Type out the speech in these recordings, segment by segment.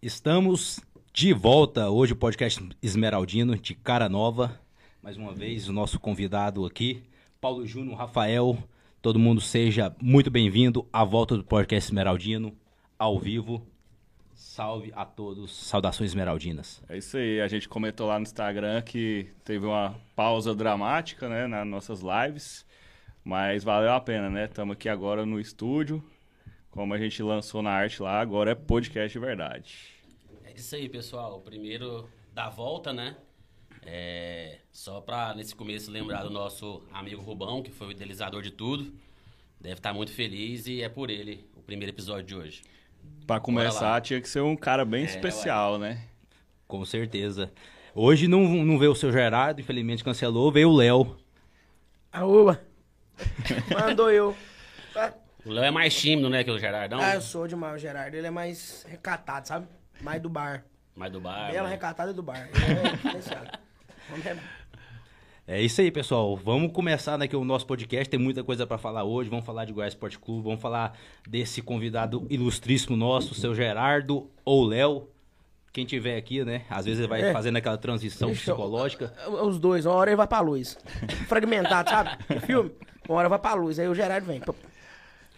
Estamos de volta hoje o podcast Esmeraldino de cara nova. Mais uma vez o nosso convidado aqui, Paulo Júnior, Rafael. Todo mundo seja muito bem-vindo à volta do podcast Esmeraldino ao vivo. Salve a todos, saudações esmeraldinas. É isso aí, a gente comentou lá no Instagram que teve uma pausa dramática, né, nas nossas lives, mas valeu a pena, né? Estamos aqui agora no estúdio, como a gente lançou na arte lá, agora é podcast de verdade. É isso aí, pessoal. O Primeiro da volta, né? É, só pra nesse começo lembrar do nosso amigo Rubão, que foi o idealizador de tudo. Deve estar muito feliz e é por ele o primeiro episódio de hoje. Para Bora começar, lá. É, tinha que ser um cara bem especial, né? Com certeza. Hoje não, não veio o seu Gerardo, infelizmente cancelou, veio o Léo. Aoba! Mandou eu. Ah, O Léo é mais tímido, né, que o Gerardão? Ah, eu sou demais, o Gerardo. Ele é mais recatado, sabe? Mais do bar. Mais do bar. Ele é né? mais recatado do bar. Ele é diferenciado. O homem é- É isso aí, pessoal. Vamos começar daqui o nosso podcast. Tem muita coisa para falar hoje. Vamos falar de Goiás Esporte Clube, vamos falar desse convidado ilustríssimo nosso, seu Gerardo ou Léo. Quem tiver aqui, né? Às vezes ele vai É. fazendo aquela transição Ixi, psicológica. Os dois, uma hora ele vai pra luz. Fragmentado, sabe? O filme, uma hora vai pra luz. Aí o Gerardo vem. Pô.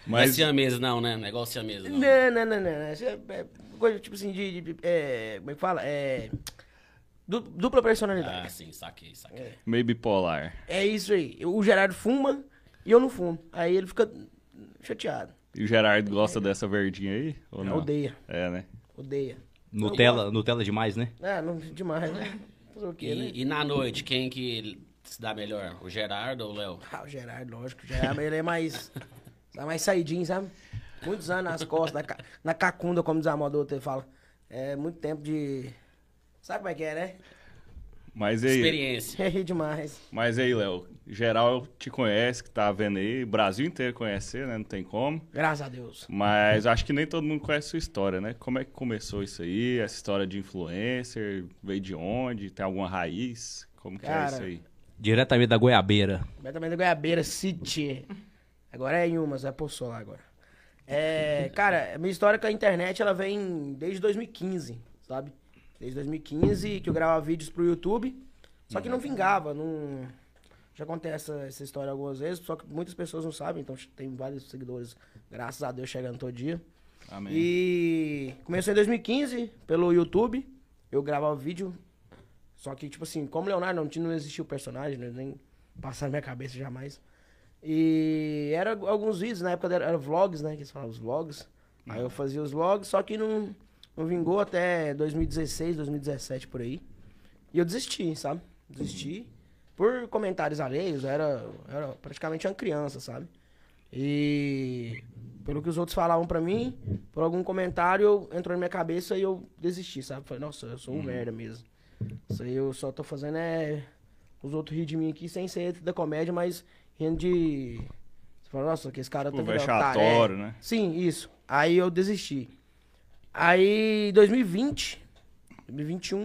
Não é Mas siamesa, não, né? Negócio siamesa, não. Não, não, não, não. não. Isso é, é coisa tipo assim de. de- é, como é que fala? É. du- Dupla Ah, personalidade. sim, saquei, saquei. meio bipolar. É isso aí. O Gerardo fuma e eu não fumo. Aí ele fica chateado. E o Gerardo gosta dessa verdinha aí? Ou não? Odeia. É, né? Odeia. Nutella, Nutella demais, né? Ah, não, demais, né? Fazer o quê, né? E, e na noite, quem que se dá melhor? O Gerardo ou o Léo? Ah, o Gerardo, lógico. O Gerardo ele é mais. tá mais saidinho, sabe? Muitos anos nas costas, na, ca- na cacunda, como diz a moda outra, ele fala. É muito tempo de. Sabe como é que é, né? Mas e aí? Experiência. É rir demais. Mas e aí, Léo, geral te conhece, que tá vendo aí, Brasil inteiro conhecer, né? Não tem como. Graças a Deus. Mas acho que nem todo mundo conhece a sua história, né? Como é que começou isso aí? Essa história de influencer? Veio de onde? Tem alguma raiz? Como que é Cara, isso aí? Diretamente da Goiabeira. Mas também é da Goiabeira City. Agora é em umas, vai pro sol lá agora. É, cara, a minha história com a internet, ela vem desde 2015, sabe? Desde 2015 que eu gravava vídeos pro YouTube, só que não vingava, não... Já contei essa, essa história algumas vezes, só que muitas pessoas não sabem, então tem vários seguidores, graças a Deus, chegando todo dia. Amém. E comecei em 2015 pelo YouTube. Eu gravava vídeo. Só que, tipo assim, como Leonardo não tinha, não existia o personagem, né, nem passava na minha cabeça jamais. E era alguns vídeos, na época era, era vlogs, né? Que eles falavam os vlogs. Aí eu fazia os vlogs, só que não, não vingou até 2016, 2017 por aí. E eu desisti, sabe? Desisti. Por comentários alheios, eu era, eu era praticamente uma criança, sabe? E pelo que os outros falavam pra mim, por algum comentário eu- entrou na minha cabeça e eu desisti, sabe? Falei, nossa, eu Uhum. sou um merda mesmo. Isso aí eu só tô fazendo é os outros rir de mim aqui sem ser da comédia, mas rindo de. Você fala, nossa, que esse cara Pô, tá virando vexatório, otário. É, né? Sim, isso. Aí eu desisti. Aí, 2020, 2021,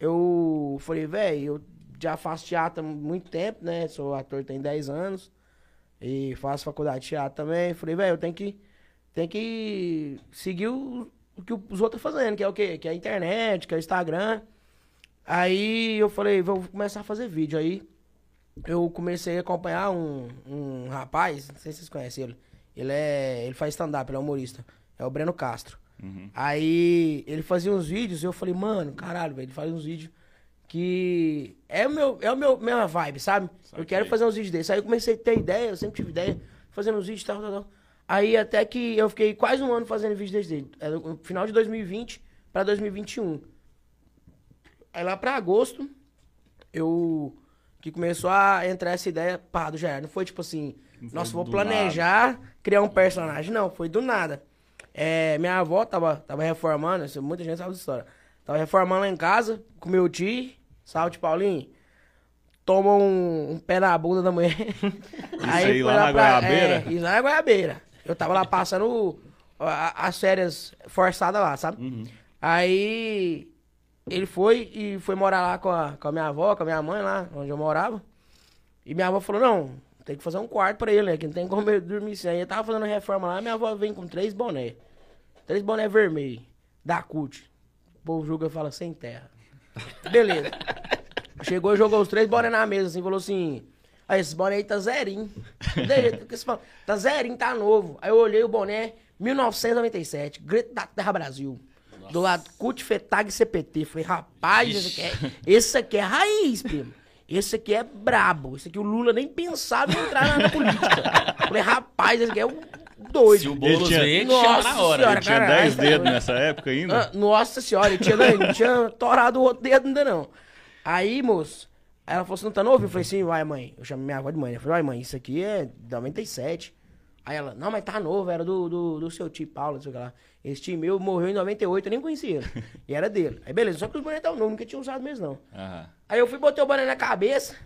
eu falei, velho, eu já faço teatro há muito tempo, né? Sou ator tem 10 anos. E faço faculdade de teatro também. Falei, velho, eu tenho que, tenho que seguir o, o que os outros estão fazendo, que é o quê? Que é a internet, que é o Instagram. Aí eu falei, vou começar a fazer vídeo. Aí eu comecei a acompanhar um, um rapaz, não sei se vocês conhecem ele. Ele, é, ele faz stand-up, ele é humorista. É o Breno Castro. Aí ele fazia uns vídeos e eu falei, mano, caralho, velho, ele faz uns vídeos que é o meu, é o meu minha vibe, sabe? Eu quero fazer uns vídeos desses. Aí eu comecei a ter ideia, eu sempre tive ideia, fazendo uns vídeos e tal, tal, tal. Aí até que eu fiquei quase um ano fazendo vídeos desde ele. Era no final de 2020 pra 2021. Aí lá pra agosto, eu. Que começou a entrar essa ideia, pá, do Gerardo. Não foi tipo assim, nossa, vou do planejar criar um personagem. Não, foi do nada. É, minha avó tava, tava reformando, isso muita gente sabe dessa história. Tava reformando lá em casa, com meu tio, salve Paulinho. Toma um, um pé na bunda da mulher. aí foi lá na É, Goiabeira? isso lá na Goiabeira. Eu tava lá passando o- a- as férias forçadas lá, sabe? Uhum. Aí ele foi e foi morar lá com a, com a minha avó, com a minha mãe lá, onde eu morava. E minha avó falou, não, tem que fazer um quarto pra ele, né? Que não tem como ele dormir sem. Aí eu tava fazendo reforma lá, minha avó vem com três boné. Três boné vermelho, da CUT. povo julga e fala, sem terra. Beleza. Chegou, jogou os três boné na mesa, assim, falou assim. Aí, esse boné aí tá zerinho. Não tem jeito, porque você fala, tá zerinho, tá novo. Aí eu olhei o boné, 1997, Grito da Terra Brasil. Do lado Cut Fetag CPT. Falei, rapaz, esse aqui, é, esse aqui é raiz, primo. Esse aqui é brabo. Esse aqui o Lula nem pensava em entrar na- na política. Falei, rapaz, esse aqui é um doido. Se o Boulos tinha- vê, chama na Nossa hora. Senhora. Ele tinha Caralho, 10 cara. dedos nessa época ainda? Ah, nossa senhora, ele tinha, não tinha torado o outro dedo ainda não. Aí, moço, ela falou assim, não tá novo? Eu falei assim, vai mãe. Eu chamei minha avó de mãe. né? Eu falei, vai mãe, isso aqui é da 97. Aí ela, não, mas tá novo, era do, do, do seu tio Paulo, não sei o que lá. Esse tio meu morreu em 98, eu nem conhecia ele. E era dele. Aí beleza, só que os bonecos estavam novos, nunca tinha usado mesmo não. Aham. Aí eu fui botei o boné na cabeça.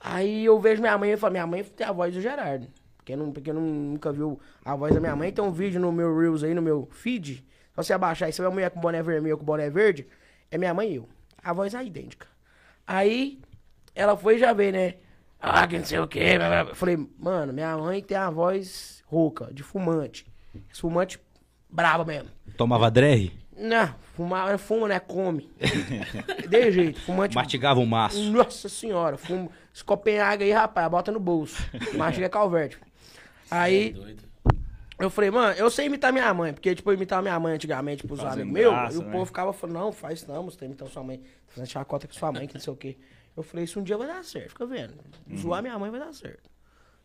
Aí eu vejo minha mãe e falo, minha mãe tem a voz do Gerardo. Quem, não, quem não- nunca viu a voz da minha mãe, tem um vídeo no meu Reels aí, no meu feed. Só você abaixar aí, você vê a mulher com boné vermelho ou com boné verde, é minha mãe e eu. A voz é idêntica. Aí ela foi e já veio, né? Ah, que não sei o quê. blá, blá, blá. Eu Falei, mano, minha mãe tem a voz rouca, de fumante. Fumante braba mesmo. Tomava DR, Não, fumar, fuma, né? Come. De jeito, fumante mastigava um maço. nossa senhora, fumo. Esse Copenhague aí, rapaz, bota no bolso. Mastiga Calverde. Aí Doido. eu falei, mano, eu sei imitar minha mãe, porque, tipo, eu imitava minha mãe antigamente pros Fazendo amigos meus, graça, e o né? povo ficava falando, não, faz não, você tá imitando sua mãe, tá fazendo chacota com sua mãe, que não sei o quê. Eu falei, isso um dia vai dar certo, fica vendo. Zoar minha mãe vai dar certo.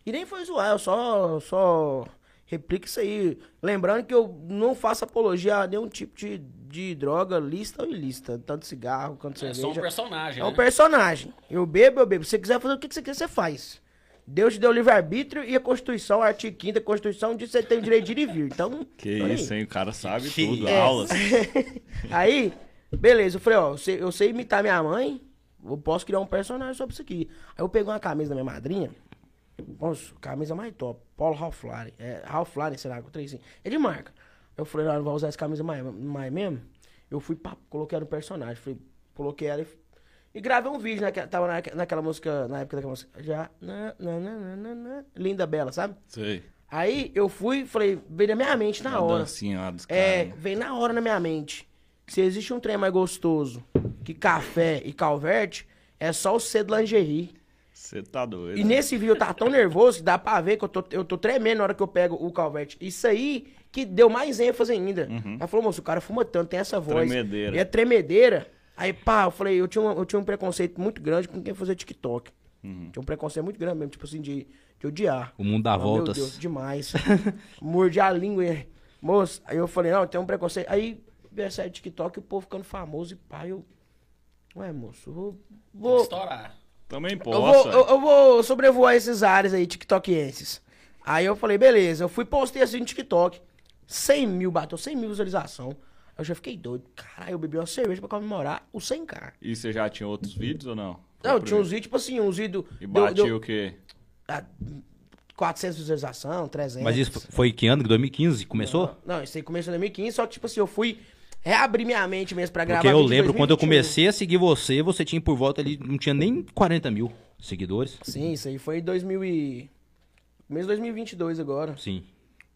E nem foi zoar, eu só, só replico isso aí. Lembrando que eu não faço apologia a nenhum tipo de, de droga, lista ou ilícita, tanto cigarro quanto É cerveja. só um personagem, É um né? personagem. Eu bebo, eu bebo. Se você quiser fazer o que você quiser, você faz. Deus te deu livre-arbítrio e a Constituição, artigo 5 da Constituição, diz que você tem o direito de ir e vir. Então. Que tô nem isso, aí. hein? O cara sabe Que tudo. isso. Aulas. É. Aí, beleza. Eu falei, ó, eu sei, eu sei imitar minha mãe, eu posso criar um personagem sobre isso aqui. Aí eu peguei uma camisa da minha madrinha. Nossa, camisa mais top. Paulo Ralph Lauren. É, Ralph Lauren, sei lá, com três assim. É de marca. Eu falei, não, não vou usar essa camisa mais, mais mesmo. Eu fui, pá, coloquei ela no personagem. Falei, coloquei ela e, e gravei um vídeo. Naquela, tava na, naquela música, na época daquela música. Já, na, na, na, na, na, na, linda, bela, sabe? Sei. Aí eu fui, falei, veio na minha mente na Na hora. dancinha lá dos caras. É, né? vem na hora na minha mente. Se existe um trem mais gostoso que café e calverte, é só o C de lingerie. Você tá doido. E nesse vídeo eu tava tão nervoso que dá pra ver que eu tô, eu tô tremendo na hora que eu pego o calverte. Isso aí que deu mais ênfase ainda. Ela falou, moço, o cara fuma tanto, tem essa voz. Uhum. Tremedeira. E é tremedeira. Aí, pá, eu falei, eu tinha um, eu tinha um preconceito muito grande com quem fazia TikTok. Uhum. Tinha um preconceito muito grande mesmo, tipo assim, de, de odiar. O mundo dá Ah, voltas. Meu Deus, demais. Mordi a língua. e- Moço, aí eu falei, não, tem um preconceito. Aí sai o TikTok o povo ficando famoso e pá, eu. Ué, moço, eu vou. Tem que vou estourar. Também eu, vou posso. eu, eu vou sobrevoar esses ares aí, TikTokienses. Aí eu falei, beleza, eu fui postei assim no TikTok. 100 mil, bateu 100 mil visualização. Eu já fiquei doido. Caralho, eu bebi uma cerveja pra comemorar o 100k. E você já tinha outros vídeos ou não? Foi Não, o tinha uns primeiro. vídeos, tipo assim, uns vídeos. E deu- batia deu- o quê? ah, 400 visualização, 300. Mas isso foi que ano? 2015 começou? Não, isso aí começou em 2015, só que, tipo assim, eu fui reabrir minha mente mesmo pra gravar. Porque eu vídeo em lembro quando eu 2021. comecei a seguir você, você tinha por volta ali, não tinha nem 40 mil seguidores. Sim, isso aí foi em 2000 e... Mês 2022 agora. Sim.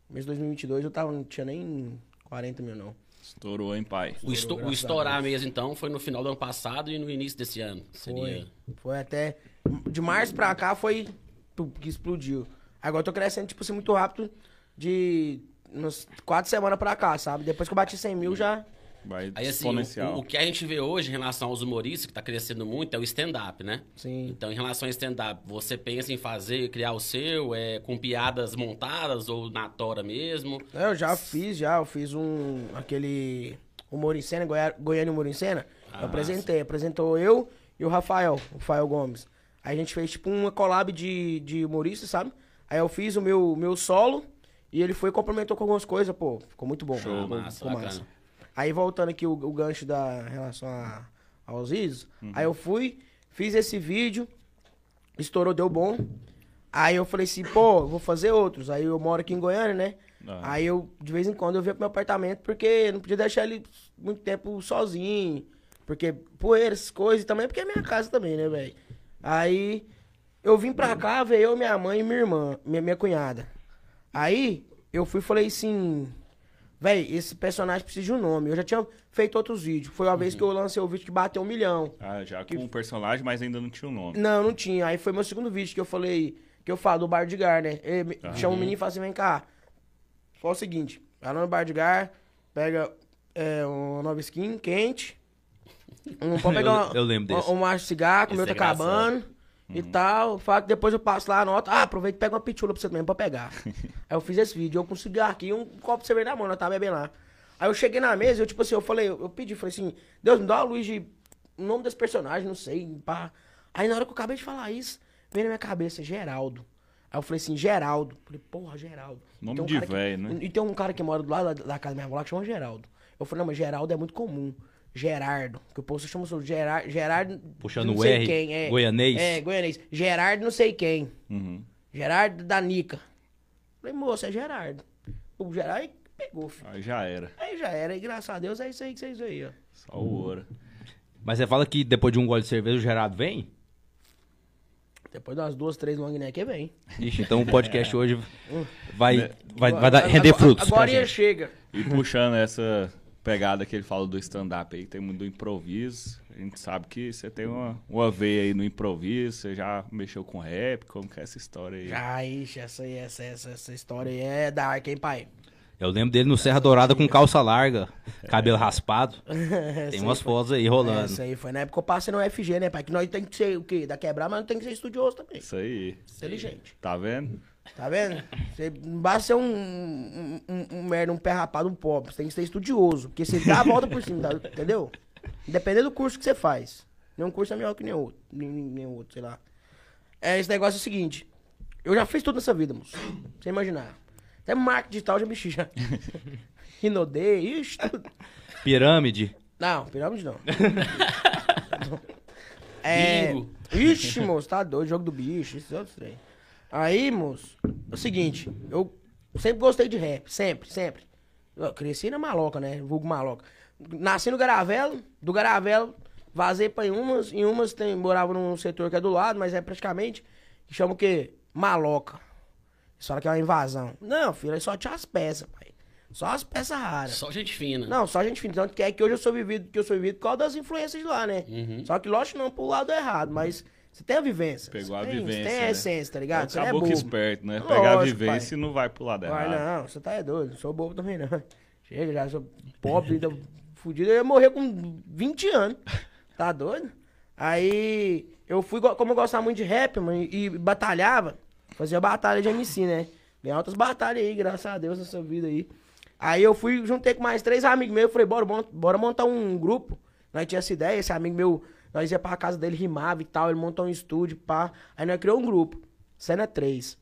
Mês 2022 eu tava, não tinha nem 40 mil, não. Estourou, hein, pai? O, esto- o estourar mesmo, então, foi no final do ano passado e no início desse ano. Seria. Foi, foi até... De março pra cá foi... pum, Que explodiu. Agora eu tô crescendo, tipo assim, muito rápido de... Umas quatro semanas pra cá, sabe? Depois que eu bati 100 mil, já... Vai Aí, assim, exponencial. o, o que a gente vê hoje em relação aos humoristas, que tá crescendo muito, é o stand-up, né? Sim. Então, em relação ao stand-up, você pensa em fazer, criar o seu, é, com piadas montadas ou na tora mesmo? É, Eu já fiz, já. Eu fiz um. aquele. Humor em cena, Goiá- Goiânia Humor em cena. Ah, eu apresentei. Apresentou eu e o Rafael, o Rafael Gomes. Aí a gente fez tipo uma collab de, de humorista, sabe? Aí eu fiz o meu, meu solo e ele foi e complementou com algumas coisas, pô. Ficou muito bom. Show, ficou, massa, ficou bacana. Aí voltando aqui o, o gancho da em relação a- aos ídolos. Uhum. Aí eu fui, fiz esse vídeo, estourou, deu bom. Aí eu falei assim, pô, eu vou fazer outros. Aí eu moro aqui em Goiânia, né? Ah. Aí eu, de vez em quando, eu via pro meu apartamento, porque não podia deixar ele muito tempo sozinho. Porque poeira, essas coisas, e também porque é minha casa também, né, velho? Aí eu vim pra cá, veio eu, minha mãe e minha irmã, minha, minha cunhada. Aí eu fui e falei assim, Véi, esse personagem precisa de um nome. Eu já tinha feito outros vídeos. Foi uma vez que eu lancei o vídeo que bateu um milhão. Ah, já com um personagem, mas ainda não tinha o nome. Não, não tinha. Aí foi meu segundo vídeo que eu falei, que eu falo do Bardigar, né? Ele me- chama o menino e fala assim, vem cá. Só o seguinte, vai lá no Bardigar, pega é, uma nova skin quente. Um, pode pegar Eu- uma, eu lembro desse. Um, um macho cigarro, que o Esse meu tá é engraçado. acabando. E tal, fala que depois eu passo lá, anota. Ah, aproveita e pega uma pitula pra você também, pra pegar. Aí eu fiz esse vídeo, eu com cigarro aqui, e um copo de cerveja na mão, eu tava bebendo lá. Aí eu cheguei na mesa, eu tipo assim, eu falei, eu pedi, falei assim, Deus, me dá uma luz de. O nome desse personagem, não sei, pá. Aí na hora que eu acabei de falar isso, veio na minha cabeça, Geraldo. Aí eu falei assim, Geraldo. Falei, porra, Geraldo. Nome Tem um de cara que- véio, né? E tem um cara que mora do lado da, da casa da minha avó lá que chama Geraldo. Eu falei, não, mas Geraldo é muito comum. Gerardo. Que o povo chama o Gerardo. Gerardo. Puxando não o sei R, Quem, é. goianês. É, goianês. Gerardo não sei quem. Uhum. Gerardo da Nica. Falei, moço, é Gerardo. O Gerardo aí pegou, filho. Aí já era. Aí já era. E graças a Deus é isso aí que vocês veem, ó. Só Hum. o ouro. Mas você fala que depois de um gole de cerveja o Gerardo vem? Depois das duas, três long neck vem. Ixi, então o podcast hoje vai, vai, vai dar, render frutos pra É. Né? Agora gente. chega. E puxando essa pegada que ele falou do stand-up aí, tem muito do improviso. A gente sabe que você tem uma, uma veia aí no improviso, você já mexeu com rap, como que é essa história aí? Ah, ixi, essa, aí, essa, essa, essa história aí é dark, hein, pai? Eu lembro dele no Serra Dourada com calça larga, cabelo raspado. Essa Tem É, aí umas foi- fotos aí Essa rolando. aí foi na época que eu passei no FG, né, pai? Que nós tem que ser o quê? Da quebrar, mas não tem que ser estudioso também. Isso aí. Inteligente. Tá vendo? Tá vendo? Você não basta ser um, um, um- um merda, um pé rapado, um pobre. Você tem que ser estudioso. Porque você dá a volta por cima, tá? entendeu? Independente do curso que você faz. Nenhum curso é melhor que nenhum outro. nem- nem- Nenhum outro, sei lá. É, esse negócio é o seguinte. Eu já fiz tudo nessa vida, moço. Pra Você imaginar. Até marketing digital eu já mexi já. Rinodei, isso tudo. Pirâmide. Não, pirâmide não. é... Bingo. Ixi, moço, tá doido, jogo do bicho, isso é outro trem. Aí, moço, é o seguinte, eu sempre gostei de rap, sempre, sempre. Eu cresci na maloca, né? Vulgo maloca. Nasci no Garavelo, do Garavelo, vazei pra Inhumas, Inhumas tem, morava num setor que é do lado, mas é praticamente, que chama o quê? Maloca. Eles falam que é uma invasão. Não, filho, aí só tinha as peças, pai. Só as peças raras. Só gente Uhum. fina. Não, só gente fina. Tanto que é que hoje eu sou vivido, que eu sou vivido por causa das influências de lá, né? Uhum. Só que, lógico, não pro lado errado, mas você tem a vivência. Pegou você a tem, vivência, Você tem a né? essência, tá ligado? Você não é Acabou que bobo. esperto, né? Pegar a Lógico, vivência e não vai pro lado Vai, errado. não, você tá é doido, não sou bobo também, não. Chega, já sou pobre, ainda fudido, eu ia morrer com 20 anos. Tá doido? Aí eu fui, go- como eu gostava muito de rap, mano, e batalhava, fazia batalha de MC, né? Ganhar outras batalhas aí, graças a Deus, nessa vida aí. Aí eu fui, juntei com mais três amigos meus, eu falei, bora, mon- bora montar um grupo. Nós tinha essa ideia, esse amigo meu, nós ia pra casa dele, rimava e tal, ele montou um estúdio, pá. Aí nós criou um grupo, Cena 3.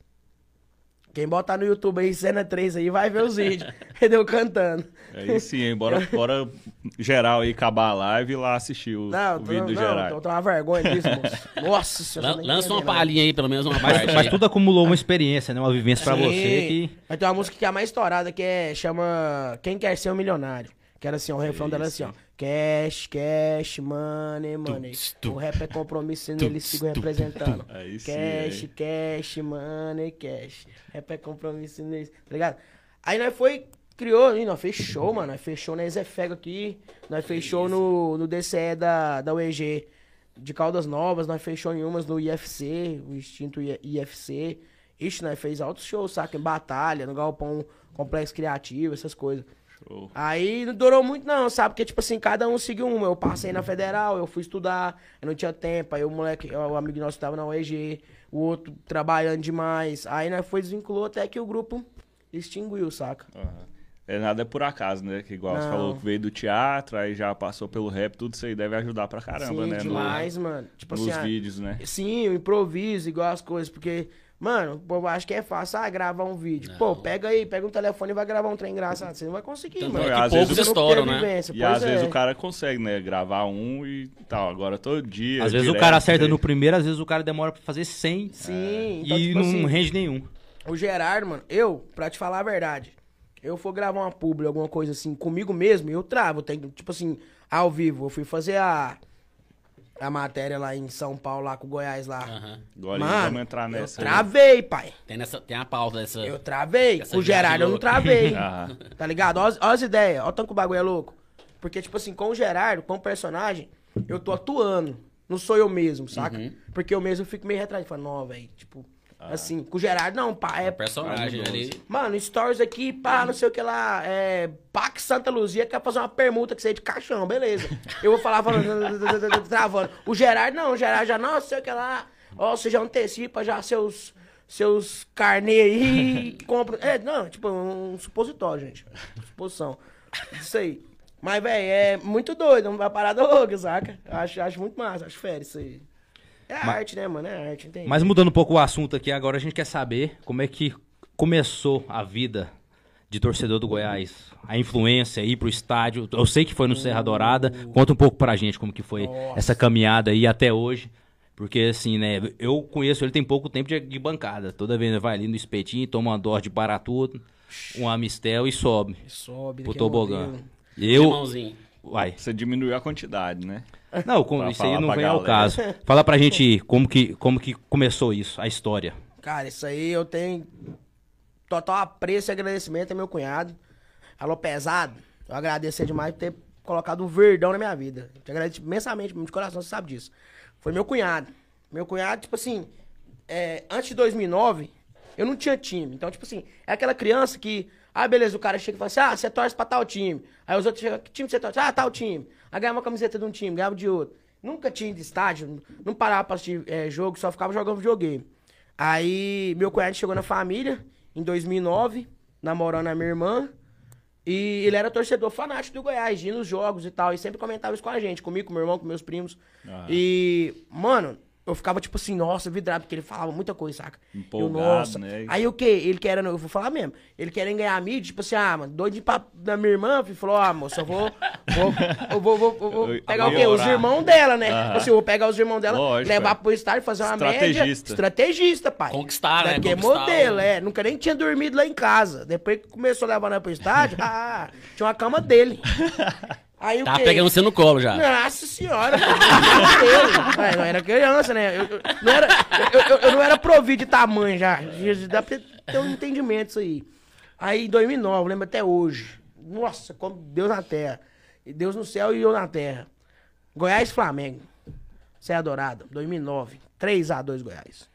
Quem botar no YouTube aí, cena 3 aí, vai ver os vídeos. Entendeu? Cantando. Aí sim, hein? Bora, bora geral aí acabar a live e lá assistir o, Não, o tô, vídeo não, do Gerard. tô, tô uma vergonha disso, moço. Nossa senhora. Lan- você não lança uma entende, não. palhinha aí, pelo menos uma Mas, parte. mas aí. tudo acumulou uma experiência, né? Uma vivência pra assim. Sim. você que. Mas tem uma música que é a mais estourada, que é, chama Quem Quer Ser um Milionário. Que era assim, ó, o refrão dela era assim, ó. Cash, cash, money, money. Tuts, O rap é compromisso e nele sigo representando. Aí sim, Cash, hein? cash, money, cash. Rap é compromisso e nele, tá ligigado? Aí nós foi, criou, e nós fechou, mano. Nós fechou na Ezefego aqui, nós fechou no, no DCE da, da UEG de Caldas Novas, nós fechou em umas no IFC, o extinto I- IFC. Ixi, nós fez altos shows, saca? Em Batalha, no Galpão Complexo Criativo, essas coisas. Show. Aí não durou muito, não, sabe? Porque, tipo assim, cada um seguiu uma. Eu passei na federal, eu fui estudar, eu não tinha tempo. Aí o moleque, o amigo nosso tava na UEG, o outro trabalhando demais. Aí nós foi desvinculou até que o grupo extinguiu, saca? Aham. É nada é por acaso, né? Que igual você Não. falou que veio do teatro, aí já passou pelo rap, tudo isso aí deve ajudar pra caramba, Sim, né? no- demais, mano. Tipo nos assim, ah, vídeos, né? Sim, eu improviso igual as coisas, porque, mano, o povo acha que é fácil, ah, gravar um vídeo. Pô, pega aí, pega um telefone e vai gravar um trem engraçado. Você não vai conseguir, Tanto mano. é que Porque poucos você não estouram, tem a né? vivência, E pois às é. vezes o cara consegue, né? Gravar um e tal. Agora todo dia. Às vezes o direto, né? cara acerta no direto. primeiro, às vezes o cara demora pra fazer 100 Sim, então, e tipo não assim, rende nenhum. O Gerardo, mano, eu, pra te falar a verdade, eu for gravar uma publi, alguma coisa assim, comigo mesmo, eu travo. Tem, tipo assim, ao vivo. Eu fui fazer a. a matéria lá em São Paulo, lá com o Goiás lá. Aham. Agora Mano, vamos entrar eu nessa. né? aí. travei, pai. Tem, nessa, tem a pauta dessa. Eu travei. É. Essa Com o Gerardo eu não viagem travei. Ah, Tá ligado? Olha as ideias, olha o tanto que o bagulho é louco. Porque, tipo assim, com o Gerardo, com o personagem, eu tô atuando. Não sou eu mesmo, saca? Uhum. Porque eu mesmo fico meio retraído. Falo, não, velho, tipo, Ah. assim, com o Gerardo, não, pá, é. O um personagem ali. Maravilhoso. Mano, stories aqui, pá, não sei o que lá. É. Pac Santa Luzia quer fazer uma permuta que você é de caixão, beleza. Eu vou falar falando, travando. O Gerardo, não, o Gerardo já, não, sei o que lá. Ó, você já antecipa já seus. Seus carnê aí, compra. É, não, tipo, um supositório, gente. Suposição. Isso aí. Mas, velho, é muito doido, uma parada louca, saca? Acho, acho muito massa, acho fera isso aí. É arte, né, mano? É arte, entende? Mas mudando um pouco o assunto aqui, agora a gente quer saber como é que começou a vida de torcedor do Goiás. A influência aí pro estádio. Eu sei que foi no Serra Dourada. Conta um pouco pra gente como que foi essa caminhada aí até hoje. Porque assim, né, eu conheço ele tem pouco tempo de, de bancada. Toda vez ele vai ali no espetinho, toma uma dor de baratudo, um amistel e sobe Sobe, pro daquele tobogã. modelo. Eu, Irmãozinho. vai. você diminuiu a quantidade, né? Não, com, Pra isso aí falar não pra vem ao galera. caso. Fala pra gente como que, como que começou isso, a história. Cara, isso aí eu tenho total apreço e agradecimento a meu cunhado. Alô, pesado. Eu agradeço ele demais por ter colocado o verdão na minha vida. Te agradeço imensamente, de coração, você sabe disso. Foi meu cunhado. Meu cunhado, tipo assim, é, antes de 2009, eu não tinha time. Então, tipo assim, é aquela criança que. Ah, beleza, o cara chega e fala assim: ah, você torce pra tal time. Aí os outros chegam: que time você torce? Ah, tal time. Aí ganhava uma camiseta de um time, ganhava de outro. Nunca tinha ido de estádio, não parava pra assistir é, jogo, só ficava jogando videogame. Aí meu cunhado chegou na família em 2009, namorando a minha irmã. E ele era torcedor fanático do Goiás, ia nos jogos e tal. E sempre comentava isso com a gente, comigo, com meu irmão, com meus primos. Ah. E, mano, eu ficava tipo assim, nossa, vidrado, porque ele falava muita coisa, saca? Eu, Empolgado, nossa. né? Aí o que? Ele querendo, eu vou falar mesmo. Ele querendo ganhar mídia, tipo assim, ah, mano, doido de papo da minha irmã, filho, falou, ah, moça, eu vou. vou, eu vou, vou, vou- vou Eu- pegar eu o ia quê? Os orar. irmãos dela, né? Aham. Assim, eu vou pegar os irmãos dela, Lógico, levar é. pro estádio, fazer uma média. Estrategista. Estrategista, pai. Conquistar, né? Daqui é Conquistar modelo, o- é. Nunca nem tinha dormido lá em casa. Depois que começou a levar nós pro estádio, ah, tinha uma cama dele. Aí o Tá quê? pegando você no colo já. Nossa senhora, pô, meu Deus. Ué, não era criança, né? Eu, eu- não era, eu, eu- eu não era provido de tamanho já. Jesus, Dá pra ter um entendimento isso aí. Aí em 2009, lembro até hoje. Nossa, como Deus na terra. E Deus no céu e eu na terra. Goiás e Flamengo. é Serra Dourada, 2009. 3x2 Goiás.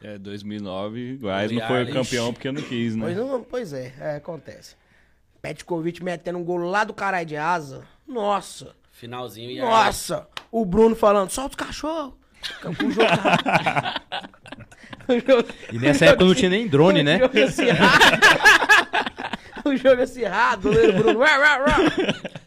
É, 2009, Goiás não foi Goiás. campeão porque não quis, Pois, né? não, pois é, é, acontece. Petkovic metendo um gol lá do caralho de asa. Nossa. Finalzinho e aí- Nossa, o Bruno falando, solta os cachorros. O jogo tá- O jogo- E nessa época não tinha nem drone, né? O jogo acirrado. O jogo acirrado, goleiro né, Bruno. Uá, uá, uá.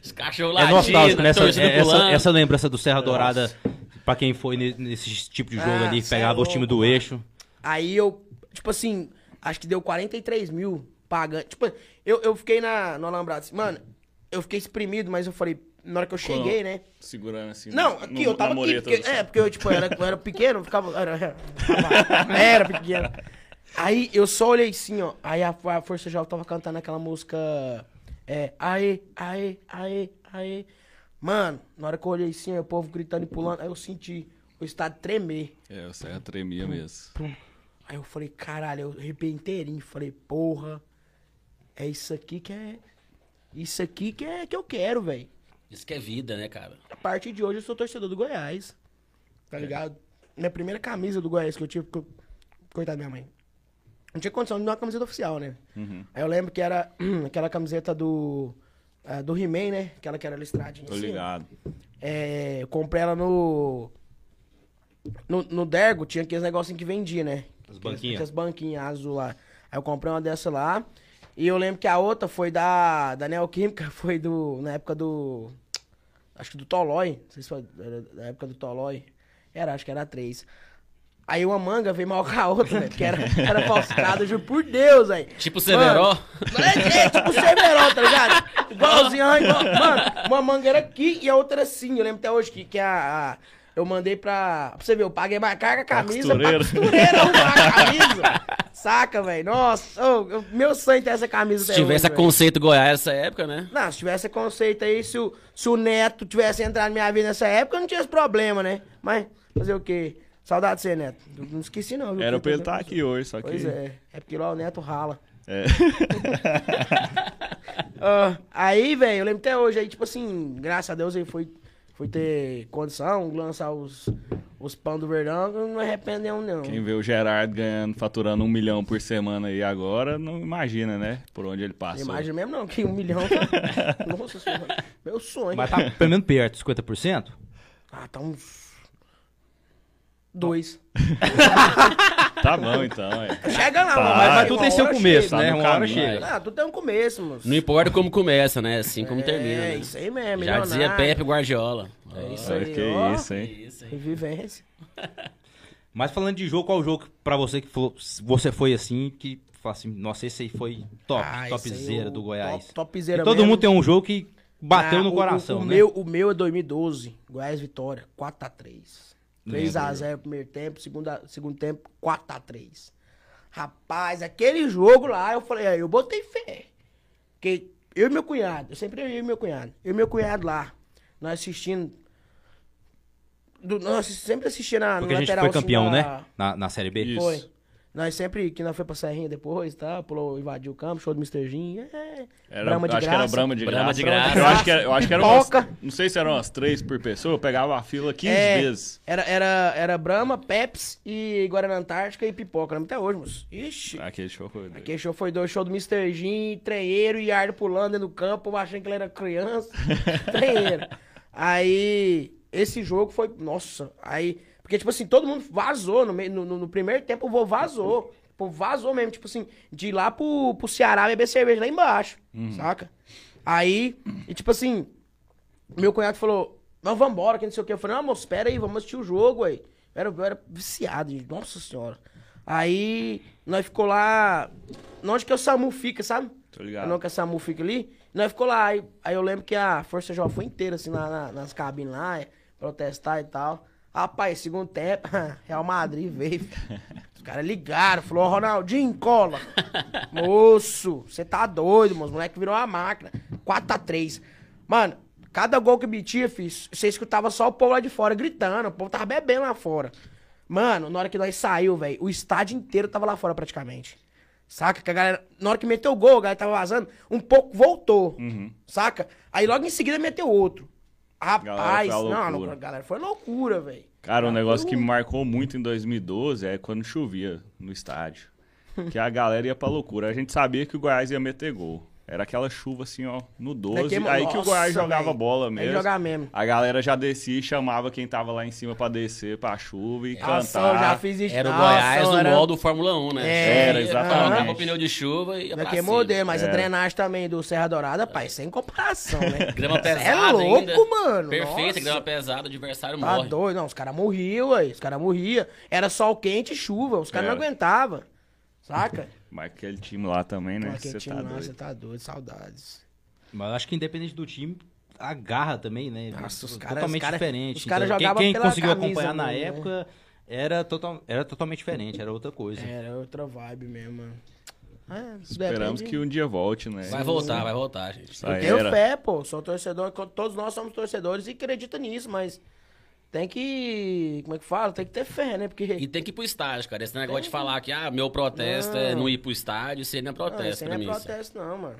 Os cachorros É latindo, nostálgico, né? Essa, torcida é- essa, pulando. essa lembrança do Serra Dourada, pra quem foi ne- nesse tipo de jogo Ah, ali, cê é pegava os louco, times do mano. eixo. Aí eu, tipo assim, acho que deu 43 mil pagando. Tipo, eu, eu fiquei na, no Alambrado assim, mano, eu fiquei exprimido, mas eu falei, na hora que eu cheguei, né? Segurando assim. Não, no- aqui, no- eu tava na aqui. mureta Porque, do- é, porque eu, tipo, eu era, eu era pequeno, eu ficava. Era, era, ficava- era pequeno. Aí eu só olhei assim, ó. Aí a, a Força Jovem tava cantando aquela música. É, aê, aê, aê, aê. Mano, na hora que eu olhei assim, ó, o povo gritando e pulando, aí eu senti o estado tremer. É, o Serra tremia mesmo. Aí eu falei, caralho, eu arrepiei inteirinho. Falei, porra, é isso aqui que é. Isso aqui que é que eu quero, velho. Isso que é vida, né, cara? A partir de hoje eu sou torcedor do Goiás. É. Tá ligado? Minha primeira camisa do Goiás que eu tive, porque eu... coitada da minha mãe. Não tinha condição de dar uma camiseta oficial, né? Uhum. Aí eu lembro que era aquela camiseta do. ah, do He-Man, né? Aquela que era listradinha. Tô assim, ó. ligado. É, eu comprei ela no. No, no Dergo tinha aqueles negocinhos que vendia, né? As Aqueles- banquinhas. Aquelas banquinhas azul lá. Aí eu comprei uma dessa lá. E eu lembro que a outra foi da, da Neoquímica, foi do. Na época do. Acho que do Tolói. Não sei se foi era da época do Tolói. Era, acho que era a 3. Aí uma manga veio mal com a outra, né? Porque era, era falsificada, juro por Deus, aí. Tipo o Severó? É, é, tipo o Severó, tá ligado? Igualzinho, ó, igual. Mano, uma manga era aqui e a outra era assim. Eu lembro até hoje que, que a, a- Eu mandei pra. Pra você ver, eu paguei mais carga a camisa pra costureira. costureira arrumar a camisa. Saca, velho? Nossa, ô, eu- meu sonho é ter essa camisa Se até tivesse a hoje, velho. conceito Goiás nessa época, né? Não, se tivesse conceito aí, se o, se o Neto tivesse entrado na minha vida nessa época, eu não tinha esse problema, né? Mas fazer o quê? Saudade de ser Neto. Eu Não esqueci, não. viu? Era pra ele estar aqui hoje, só que. Pois é. É porque lá o Neto rala. É. Ah, aí, velho, eu lembro até hoje, aí, tipo assim, graças a Deus aí foi, foi ter condição, lançar os, os pão do verdão, eu não me arrependo nenhum, não. Quem vê o Gerard ganhando, faturando um milhão por semana aí agora, não imagina, né? Por onde ele Não passa. Imagina mesmo não, que um milhão. tá- Nossa senhora, meu sonho. Mas tá pelo menos perto, 50%? Ah, tá uns. Dois. Tá bom, então. É. Chega lá, Tá, mano. mas vai tudo Ah, uma tem seu hora começo, chega. tá né? no Uma hora caminho, chega. né? Ah, tudo tem um começo, moço. Não importa como começa, né? Assim como termina. É, né? isso aí mesmo, Já milionário. dizia Pepe Guardiola. É isso Olha aí, Ah, que ó. isso, hein? Isso aí. Vivência. Mas falando de jogo, qual jogo pra você que falou, se você foi assim, que fala assim, nossa, esse aí foi top, Ah, esse aí topzera é o do Goiás. top- topzera E todo mesmo. mundo tem um jogo que bateu Ah, no o- coração, o, o né? Meu, o meu é 2012, Goiás Vitória, 4x3. 3x0 primeiro tempo, segunda, segundo tempo, 4x3. Rapaz, aquele jogo lá, eu falei, "Ah, eu botei fé. Porque eu e meu cunhado, eu sempre eu e meu cunhado, eu e meu cunhado lá, nós assistindo. do- nós sempre assistia na, no Porque a gente lateral. foi assim, campeão, da- né? Na, na Série B. Isso. Foi. Nós sempre, que nós foi pra Serrinha depois, tá? Pulou, invadiu o campo, show do Mr. Jim. É, Era, Brahma acho que era Brahma de Brahma graça. de graça. Eu acho que era, eu acho que era umas, Pipoca. Não sei se eram umas três por pessoa, eu pegava a fila 15 É, vezes. Era, era, era Brahma, Pepsi e Guaraná Antártica e pipoca. Lembro até hoje, moço. Ixi. Aquele Ah, show foi doido. Aquele show foi dois show do Mr. Jim, treieiro e Ardo pulando dentro do campo, eu achando que ele era criança. treieiro. Aí, esse jogo foi. Nossa, aí. Porque, tipo assim, todo mundo vazou. No, meio- no, no- no primeiro tempo, o vô vazou. Tipo, vazou mesmo, tipo assim, de ir lá pro, pro Ceará beber cerveja lá embaixo. Saca? Aí, e tipo assim, meu cunhado falou, nós vamos embora, que não sei o que. Eu falei, não, moço, espera aí, vamos assistir o jogo aí. Eu era, eu era viciado, gente, nossa senhora. Aí, nós ficou lá, onde que o Samu fica, sabe? Tô ligado. Não que a Samu fica ali. Nós ficou lá, aí, aí eu lembro que a Força Jovem foi inteira, assim, na- na- nas cabines lá, é, protestar e tal. Rapaz, segundo tempo, Real Madrid veio. filho. Os caras ligaram, falou, Ronaldinho, cola. Moço, você tá doido, moço. O moleque virou uma máquina. 4x3. Mano, cada gol que metia, filho, você escutava só o povo lá de fora gritando. O povo tava bebendo lá fora. Mano, na hora que nós saiu, velho, o estádio inteiro tava lá fora praticamente. Saca? Que a galera, na hora que meteu o gol, a galera tava vazando, um pouco voltou. Uhum. Saca? Aí logo em seguida meteu outro. Rapaz, foi uma não, loucura. não, galera, foi loucura, velho. Cara, um negócio que eu- me marcou muito em 2012 é quando chovia no estádio. Que a galera ia pra loucura. A gente sabia que o Goiás ia meter gol. Era aquela chuva assim, ó, no 12. Daquele- aí que o Goiás Nossa, jogava velho. bola Tem que mesmo. jogar mesmo. A galera já descia e chamava quem tava lá em cima pra descer pra chuva e Nossa, cantar. É, eu já fiz isso. Era o Nossa, Goiás no era- mol do Fórmula 1, né? É, Era, exatamente. Colocava o pneu de chuva e ia pra Daquele cima. modelo, mas a É. drenagem também do Serra Dourada, pai, sem comparação, né? Grama Cê pesada É louco, ainda. mano. Perfeito, Nossa, grama pesada, o adversário Tá morre. doido, não. Os caras morriam, ué. Os caras morriam. Era sol quente e chuva. Os caras não Era. aguentavam. Saca? Mas aquele time lá também, né? Aquele Você time tá lá, doido. cê tá doido, saudades. Mas eu acho que independente do time, a garra também, né? Nossa, os caras- totalmente os caras- diferente. os caras Então, quem- jogavam quem, pela conseguiu camisa acompanhar na mesmo, né? época era, total, era totalmente diferente, era outra coisa. Era outra vibe mesmo, mano. É, Esperamos depende. que um dia volte, né? Vai voltar, vai voltar, gente. Essa Eu tenho era. fé, pô. Sou torcedor, co- todos nós somos torcedores e acredita nisso, mas tem que. Como é que fala? Tem que ter fé, né? Porque. E tem que ir pro estádio, cara. Esse negócio de falar que, ah, meu protesto Não. é não ir pro estádio, isso aí não é Não, isso protesto aí pra não é mim. isso. protesto, não, mano.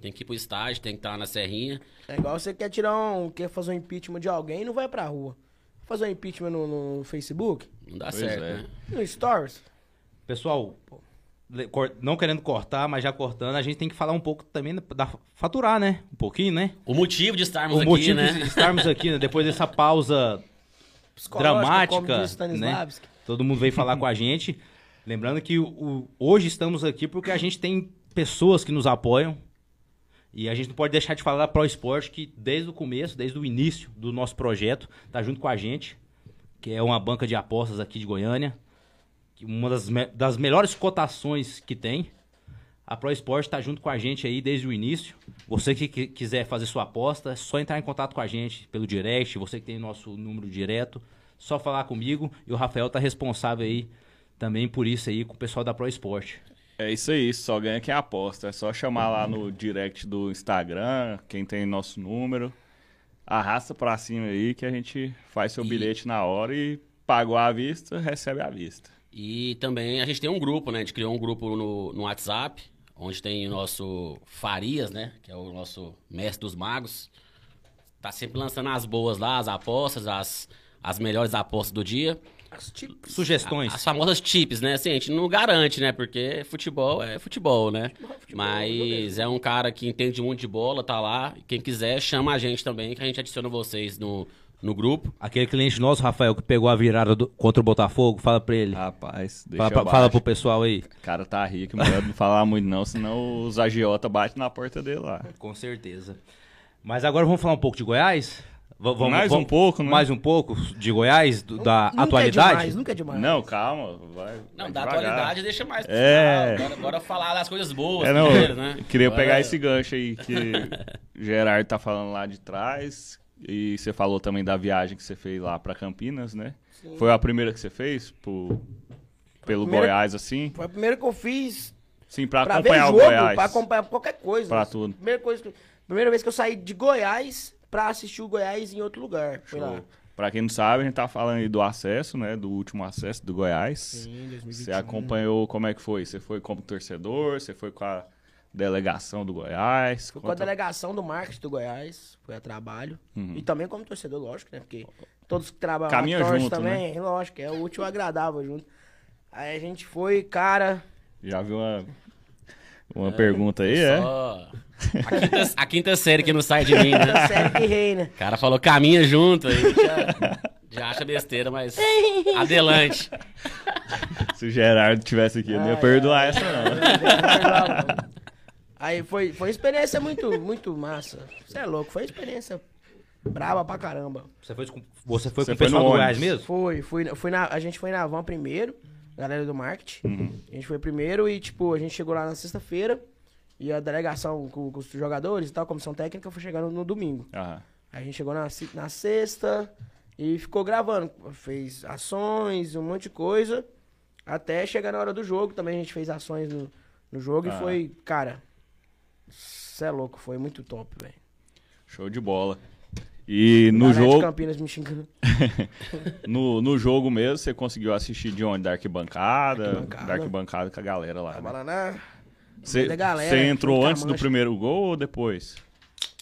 Tem que ir pro estádio, tem que estar na serrinha. É igual você quer tirar um. Quer fazer um impeachment de alguém e não vai pra rua. Fazer um impeachment no, no Facebook? Não dá Pois certo, é. né? No Stories? Pessoal, le- cor- não querendo cortar, mas já cortando, a gente tem que falar um pouco também da- da faturar, né? Um pouquinho, né? O motivo de estarmos o aqui, motivo né? de estarmos aqui, né? Depois dessa pausa Psicológico, como dramática, diz né? Stanislavski. Todo mundo veio falar com a gente. Lembrando que o- o- hoje estamos aqui porque a gente tem pessoas que nos apoiam. E a gente não pode deixar de falar da Pro Esporte, que desde o começo, desde o início do nosso projeto, tá junto com a gente, que é uma banca de apostas aqui de Goiânia, que uma das, me- das melhores cotações que tem. A Pro Esporte está junto com a gente aí desde o início. Você que, qui- quiser fazer sua aposta, é só entrar em contato com a gente pelo direct, você que tem nosso número direto, só falar comigo e o Rafael tá responsável aí também por isso aí com o pessoal da Pro Esporte. É isso aí, só ganha quem aposta. É só chamar lá no direct do Instagram, quem tem nosso número. Arrasta pra cima aí que a gente faz seu E- bilhete na hora e pagou à vista, recebe à vista. E também a gente tem um grupo, né? A gente criou um grupo no, no WhatsApp, onde tem o nosso Farias, né? Que é o nosso mestre dos magos. Tá sempre lançando as boas lá, as apostas, as, as melhores apostas do dia. As tips. Sugestões. Ah, As famosas tips, né? Assim, a gente não garante, né? Porque futebol é futebol, né? futebol, Mas é um cara que entende muito de bola, tá lá. Quem quiser, chama a gente também, que a gente adiciona vocês no, no grupo. ah. Aquele cliente nosso, Rafael, que pegou a virada do- contra o Botafogo, fala pra ele. Rapaz, Ah, deixa fala, pra- abaixo. fala pro pessoal aí. O cara tá rico, melhor não falar muito não, senão os agiota batem na porta dele lá. Com certeza. Mas agora vamos falar um pouco de Goiás? V- vamos- Mais um vamos- pouco, né? Mais um pouco de Goiás, do- da Nunca atualidade? É demais, nunca é demais. Não, calma, vai Não, vai da devagar. atualidade deixa mais pro É. final. Agora, agora falar das coisas boas É, não, primeiro, né? né? eu queria Agora- pegar esse gancho aí que Gerardo tá falando lá de trás. E você falou também da viagem que você fez lá pra Campinas, né? Foi a primeira que você fez pro- pelo primeira- Goiás, assim? Foi a primeira que eu fiz Sim, pra, pra ver acompanhar jogo, o Goiás. pra acompanhar qualquer coisa. Pra tudo. Primeira, coisa que- primeira vez que eu saí de Goiás pra assistir o Goiás em outro lugar. Foi lá. Show. Tipo, Pra quem não sabe, a gente tá falando aí do acesso, né? Do último acesso do Goiás. Sim, 2021. Você acompanhou como é que foi? Você foi como torcedor? Você foi com a delegação do Goiás? Fui com a Conta- Uhum. delegação do marketing do Goiás, foi a trabalho. E também como torcedor, lógico, né? Porque todos que trabalham lá Caminha torcem junto, né? também, lógico, é o útil e o agradável junto. Aí a gente foi, cara. Já viu uma, uma pergunta aí, é? Só- A quinta, a quinta série que não sai de mim, né? tá Sério que rei, né? O cara falou caminha junto aí. Já, já acha besteira, mas. Adelante. Se o Gerardo tivesse aqui, eu não ia perdoar essa, não. né? Aí foi, foi uma experiência muito, muito massa. Você é louco, foi uma experiência braba pra caramba. Você foi com, você foi Você com o foi pessoal no do Goiás ônibus. mesmo? Foi, fui, fui na, a gente foi na van primeiro, galera do marketing. Uhum. A gente foi primeiro e, tipo, a gente chegou lá na sexta-feira. E a delegação com, com os jogadores e tal, comissão técnica, foi chegando no domingo. Aham. Aí a gente chegou na, se- na sexta e ficou gravando. Fez ações, um monte de coisa. Até chegar na hora do jogo. Também a gente fez ações no, no jogo Ah. e foi, cara. Cê é louco, foi muito top, velho. Show de bola. E no Galera de jogo, Campinas me xingando. no, no jogo mesmo, você conseguiu assistir de onde? Da arquibancada? Arquibancada. Da arquibancada com a galera lá. né? Tava lá na. Você, da galera, você entrou junto com a antes do mancha. primeiro gol ou depois?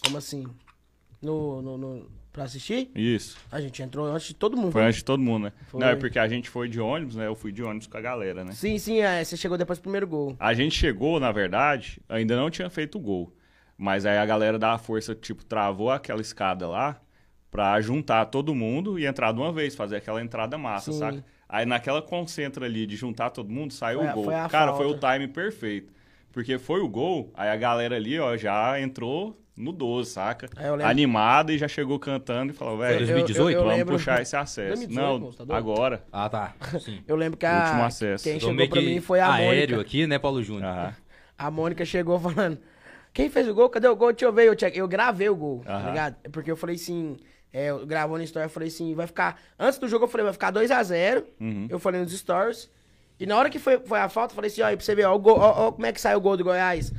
Como assim? No, no, no- pra assistir? Isso. A gente entrou antes de todo mundo. Foi antes de todo mundo, né? Foi. Não, é porque a gente foi de ônibus, né? Eu fui de ônibus com a galera, né? Sim, sim, é, você chegou depois do primeiro gol. A gente chegou, na verdade, ainda não tinha feito o gol. Mas aí a galera da força, tipo, travou aquela escada lá pra juntar todo mundo e entrar de uma vez, fazer aquela entrada massa, Sim. saca? Aí naquela concentra ali de juntar todo mundo, saiu Foi o a- gol. foi a Cara, falta. foi o time perfeito. Porque foi o gol, aí a galera ali, ó, já entrou no 12, saca? É, eu lembro. Animada e já chegou cantando É, e falou, velho, Eu- eu- 2018? vamos lembro- puxar esse acesso. 2018, não, moço, tá doido? agora. Ah, tá. Sim. Eu lembro que Último a. acesso. Quem Tô chegou meio pra que mim foi a aéreo Mônica. aqui, né, Paulo Júnior? Aham. A Mônica chegou falando: Quem fez o gol? Cadê o gol? Deixa eu ver. Eu, check- eu gravei o gol, tá Aham. ligado? Porque eu falei assim: é, eu gravou na história, eu falei assim: vai ficar. Antes do jogo, eu falei: vai ficar 2x0. Eu falei nos stories. E na hora que foi, foi a falta, eu falei assim: ó, aí pra você ver, ó, o gol, ó, ó como é que saiu o gol do Goiás.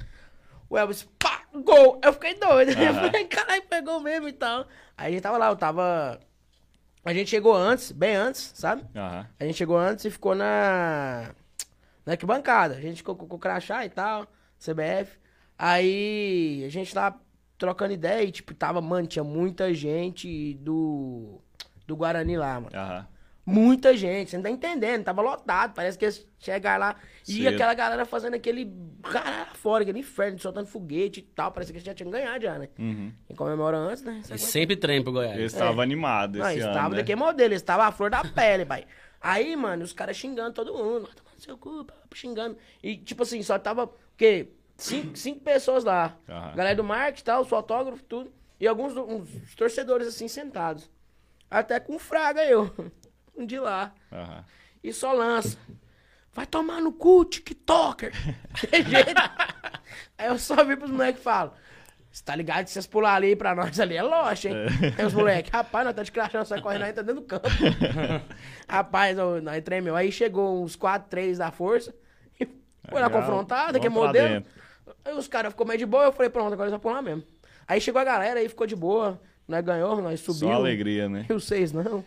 O Elvis, pá, gol! Eu fiquei doido. né? Eu falei: caralho, pegou mesmo e tal. Aí a gente tava lá, eu tava. A gente chegou antes, bem antes, sabe? Aham. A gente chegou antes e ficou na. Na arquibancada. A gente ficou com com o crachá e tal, CBF. Aí a gente tava trocando ideia e, tipo, tava, mano, tinha muita gente do. Do Guarani lá, mano. Aham. Muita gente, você não tá entendendo, tava lotado. Parece que eles chegaram lá e Cedo. aquela galera fazendo aquele. Caralho, lá fora, aquele inferno, soltando foguete e tal. Parece que eles já tinham ganhado já, né? Uhum. Quem comemora antes, né? E sempre trem pro Goiás. Ele estava animado É. Não, esse eles ano, estavam né? daquele modelo, eles estavam à flor da pele, pai. Aí, mano, os caras xingando todo mundo, vai tomar no seu cu, pá, pá, xingando. E, tipo assim, só tava, o quê? Cinco, cinco pessoas lá. Aham. Galera do marketing, tal, os fotógrafos, tudo. E alguns do- uns torcedores, assim, sentados. Até com o Fraga, eu. Um de lá. Aham. E só lança. Vai tomar no cu, TikToker. Tem jeito. Aí eu só vi pros moleques e falo. Você tá ligado que se vocês pular ali pra nós ali é loja, hein? Aí os moleques, rapaz, nós tá de crachão, sai correndo, nós tá dentro do campo. rapaz, ô, nós tremeu. Aí chegou uns 4, 3 da força, e foi na Aí, ó, confrontada, que é vamos pra modelo. dentro. Aí os caras ficou meio de boa, eu falei, pronto, agora nós vamos pular mesmo. Aí chegou a galera, aí ficou de boa, nós ganhou, nós subimos. Só alegria, né? E os seis não.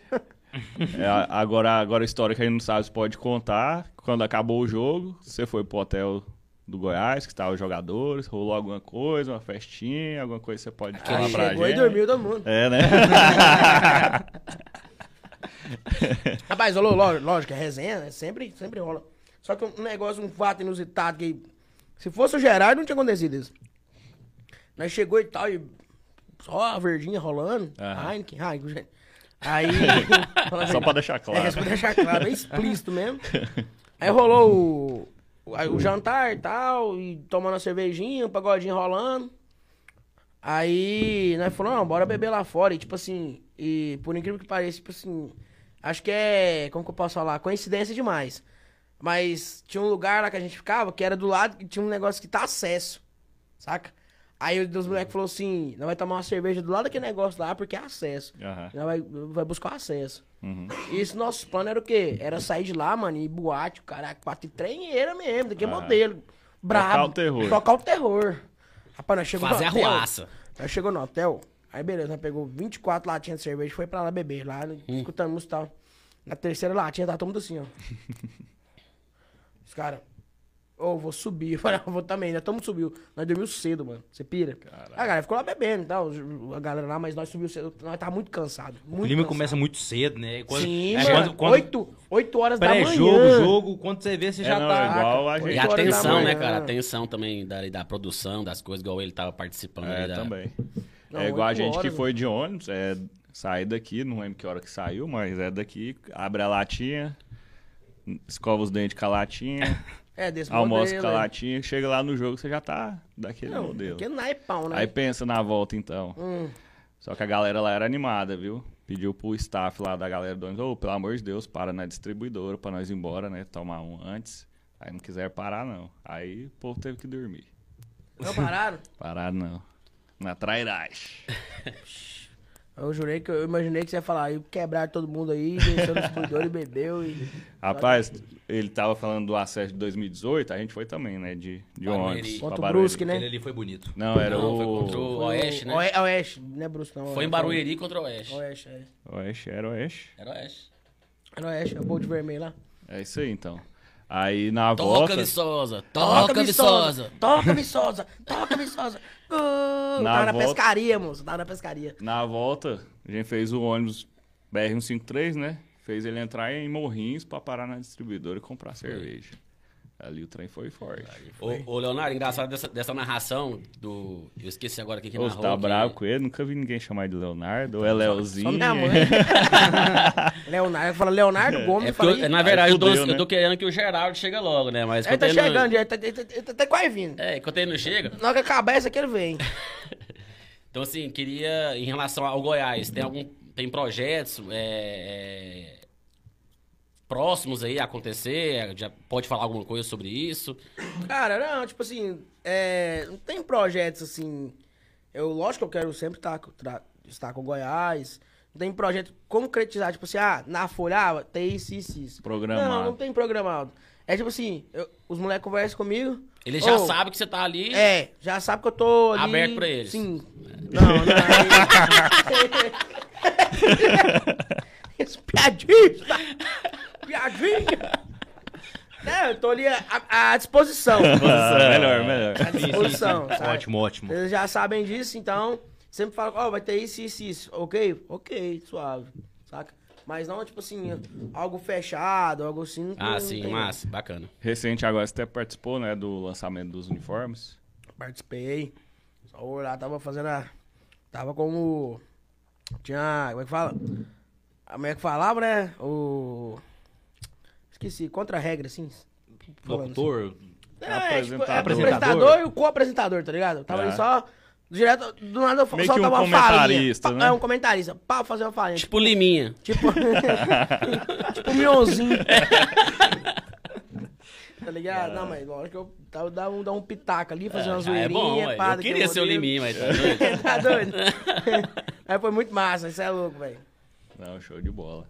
É, a- agora, agora a história que a gente não sabe se pode contar. Quando acabou o jogo, você foi pro hotel do Goiás, que estavam os jogadores, rolou alguma coisa, uma festinha, alguma coisa que você pode falar Aí pra chegou gente. e dormiu todo mundo. É, né? Rapaz, olô, ló- lógico, é resenha, né? Sempre, sempre rola. Só que um negócio, um fato inusitado que. Se fosse o Gerardo, não tinha acontecido isso. Nós chegou e tal, e. Só a verdinha rolando. Aham. Heineken, Heineken, gente. Aí. Só pra deixar claro. É, só pra deixar claro, é explícito mesmo. Aí rolou o, aí o jantar e tal, e tomando a cervejinha, um pagodinho rolando. Aí nós falamos, não, bora beber lá fora. E tipo assim, e por incrível que pareça, tipo assim, acho que é. Como que eu posso falar? Coincidência demais. Mas tinha um lugar lá que a gente ficava que era do lado que tinha um negócio que tá acesso. Saca? Aí um dos moleques falou assim: nós vai tomar uma cerveja do lado daquele negócio lá porque é acesso. Aham. Nós vai, vai buscar o acesso. Uhum. E esse nosso plano era o quê? Era sair de lá, mano, e boate, o caraca, quatro e trenheira mesmo, daqui é Ah. modelo. Brabo. Tocar o terror. Tocar o terror. Rapaz, nós chegamos Fazer no a hotel. ruaça. Nós chegou no hotel, aí beleza, nós pegou 24 latinhas de cerveja, e foi pra lá beber, lá, escutando música e tal. Na terceira latinha, tá todo mundo assim, ó. Os caras, ô, vou subir. Eu falei, "Ah, vou também, nós estamos subiu. Nós dormimos cedo, mano. Você pira. A galera ficou lá bebendo e tal, a galera lá, mas nós subiu cedo. Nós tá muito cansado. O Muito clima cansado. começa muito cedo, né? Quando, Sim, é, mano. quando- quando oito, oito horas da manhã. Pré-jogo, jogo, quando você vê, você É, já não, tá. é igual a Oito E gente. a horas da tensão, né, manhã. cara? A tensão também da, da produção, das coisas, igual ele tava participando. É, ali da- também. Não, é igual a oito gente que horas, foi de ônibus, é sair daqui, não lembro que hora que saiu, mas é daqui, abre a latinha, escova os dentes com a latinha, É, desse almoça modelo. com a aí. latinha, chega lá no jogo, você já tá daquele Não, modelo. Que naipão, né? Aí pensa na volta então. Hum. Só que a galera lá era animada, viu? Pediu pro staff lá da galera do ônibus, ô, pelo amor de Deus, para na distribuidora pra nós ir embora, né? Tomar um antes. Aí não quiser parar, não. Aí o povo teve que dormir. Não Então pararam? Parar não. Na trairagem. Eu jurei que eu imaginei que você ia falar, aí quebraram todo mundo aí, deixou no distribuidor e bebeu e. Rapaz, ele tava falando do acesso de 2018, a gente foi também, né? De, de Barueri. ônibus. pra Contra o Barueri. Brusque, né? Aquele ali foi bonito. Não, era Não, foi contra o. o Oeste, né? Oe- é Oeste, não é Brusco, não. Foi em Barueri contra o Oeste. Oeste, é. Oeste, era Oeste. Era Oeste. Era Oeste, é o gol de vermelho lá. É isso aí então. Aí na Toca, volta. Viçosa! Toca, Viçosa! Toca Viçosa! Toca Viçosa! Gol! Na Tava na volta- pescaria, moço, tava na pescaria. Na volta, a gente fez o ônibus BR-153, né? Fez ele entrar em Morrinhos pra parar na distribuidora e comprar cerveja. Ali o trem foi forte. Ô, ô, Leonardo, engraçado dessa, dessa narração do. Eu esqueci agora quem que Ô, narrou. Você tá que- bravo com ele? Nunca vi ninguém chamar de Leonardo. Ou é Só Leozinho. minha mãe. Leonardo, fala Leonardo Gomes, É eu porque eu- falei. na verdade, eu, tô, fudeu, né? eu tô querendo que o Geraldo chegue logo, né? Mas Ele tá quando ele não- chegando, ele tá, ele tá, ele tá- tá quase vindo. É, enquanto ele não chega. Na hora que acabar essa aqui, ele vem. Então, assim, queria, em relação ao Goiás, tem algum. Tem projetos é, é, próximos aí a acontecer? Já pode falar alguma coisa sobre isso? Cara, não, tipo assim, é, não tem projetos assim. Eu, lógico que eu quero sempre estar, com- tra- estar com o Goiás. Não tem projeto concretizar, tipo assim, ah, na folha, ah, tem isso, isso, isso. Programado. Não, não tem programado. É tipo assim, eu- os moleques conversam comigo. Ele já "Ô, sabe que você tá ali. É, já sabe que eu tô ali... Aberto pra eles. É. Sim. Não, não. aí- Isso, piadista! Piadinha! É, eu tô ali à, à disposição. Ah, melhor, melhor. À disposição, sabe? Ótimo, ótimo. Eles já sabem disso, então sempre falam, ó, vai ter isso, isso, isso. Ok? Ok, suave, saca? Mas não, tipo assim, algo fechado, algo assim. não- Ah, não sim, tem. massa, bacana. Recente agora você até participou, né? Do lançamento dos uniformes. Participei. Só eu lá, tava fazendo a. Tava como. Tinha. Como é que fala? A mulher que falava, né? O. Esqueci, contra-regra, assim. falando assim. Locutor. Não, é, tipo, Apresentador. é, apresentador e o co-apresentador, tá ligado? Eu tava É. ali só. Direto, do nada eu fa- Meio só que um tava uma comentarista, falinha. né? É um comentarista. Pá, fazer uma falinha. Tipo Liminha. Tipo. tipo um mionzinho. tá ligado? Não, mas na hora que eu tava, eu dava um, dava um pitaco ali, fazer uma Ah, zoeirinha, é bom, ué. pá, eu daquele queria ser o modelo. Liminha, mas tá doido. tá doido? Aí foi muito massa, isso é louco, velho. Não, show de bola.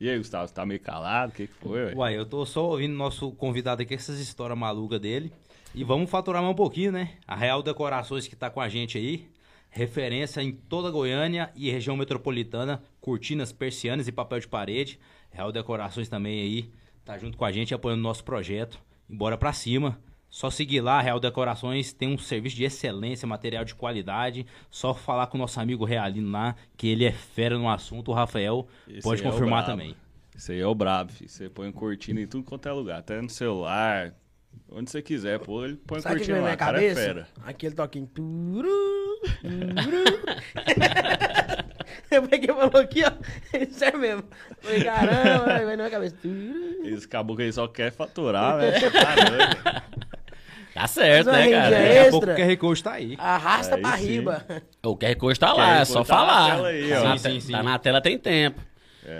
E aí, Gustavo, você tá meio calado? O que, que foi, velho? Uai, eu tô só ouvindo nosso convidado aqui, essas histórias malucas dele. E vamos faturar mais um pouquinho, né? A Real Decorações que tá com a gente aí. Referência em toda Goiânia e região metropolitana. Cortinas, persianas e papel de parede. Real Decorações também aí. Tá junto com a gente, apoiando o nosso projeto. Embora pra cima. Só seguir lá, Real Decorações tem um serviço de excelência, material de qualidade. Só falar com o nosso amigo Realino lá, que ele é fera no assunto. O Rafael Esse pode aí é o confirmar brabo. também. Esse aí é o brabo, filho. Você põe cortina em tudo quanto é lugar. Até no celular, onde você quiser, pô, ele põe Sabe o que cortina veio na lá. minha O cara é cabeça? fera. Aquele toquinho. Turu, turu. Eu peguei e falou aqui, ó. Isso é mesmo. Falei, caramba, velho, veio na minha cabeça. Turu. Esse caboclo aí só quer faturar, né? Caramba. Tá certo, Mas, né, gente, cara? é- Daqui a pouco o Extra. QR Code tá aí. Arrasta Aí pra sim. riba. O QR Code tá lá, é Code tá só falar. na tela aí, ó. É, tá Tá na Sim, te- sim, Tá sim. na tela tem tempo.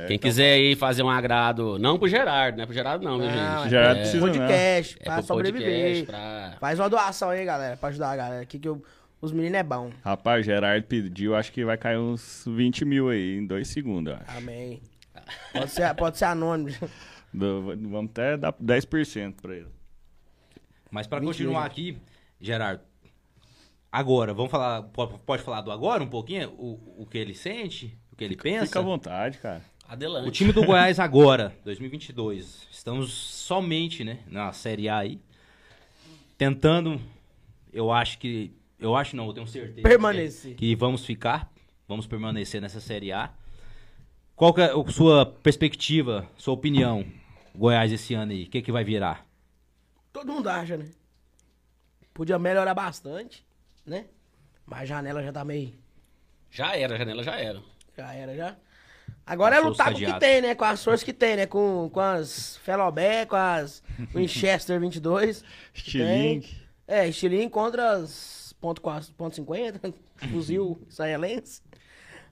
Quem quiser aí fazer um agrado, não pro Gerardo, né? Pro Gerardo não, viu, Não, gente? Já é precisa, podcast, É pra pro sobreviver. podcast, pra... Faz uma doação aí, galera, pra ajudar a galera. Aqui que eu- os meninos é bom. Rapaz, Gerard pediu, acho que vai cair uns 20 mil aí em dois segundos, eu acho. Amém. Pode ser, pode ser anônimo. Do- vamos até dar 10% pra ele. Mas para Mentira, continuar aqui, Gerardo, agora, vamos falar, pode, pode falar do agora um pouquinho? O, o que ele sente, o que ele Fica pensa? à vontade, cara. Adelante. O time do Goiás agora, 2022, estamos somente, né, na Série A aí, tentando, eu acho que, eu acho não, eu tenho certeza. Permanecer. Que, que vamos ficar, vamos permanecer nessa Série A. Qual que é a sua perspectiva, sua opinião, Goiás esse ano aí, o que que vai virar? Todo mundo acha, né? Podia melhorar bastante, né? Mas a janela já tá meio. Já era, a janela já era. Já era, já. Agora é Passou o lutar com o que estagiário. tem, né? Com as forças que tem, né? Com, com as Felobé, com as Winchester 22. que Stiling. tem. É, Stiling contra as ponto quatro- ponto .50, fuzil israelense.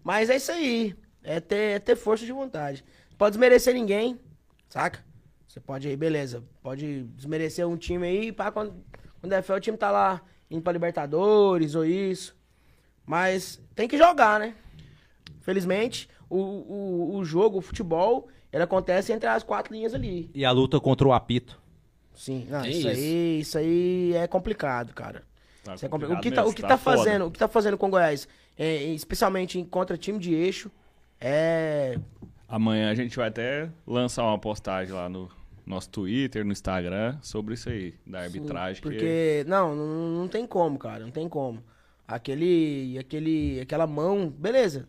Mas é isso aí. É ter, é ter força de vontade. Pode desmerecer ninguém, saca? Você pode aí, beleza. Pode desmerecer um time aí, pá, quando, quando é fé, o time tá lá indo pra Libertadores ou isso. Mas tem que jogar, né? Felizmente, o, o, o jogo, o futebol, ele acontece entre as quatro linhas ali. E a luta contra o apito? Sim, não, É isso, isso. aí, isso aí é complicado, cara. Tá Isso é complicado. complicado O que tá, o mesmo, que tá tá, foda. fazendo, o que tá fazendo com o Goiás, é, especialmente em contra time de eixo, é Amanhã a gente vai até lançar uma postagem lá no nosso Twitter, no Instagram, sobre isso aí, da arbitragem. que- porque não, não, não tem como, cara, não tem como. Aquele aquele aquela mão, beleza.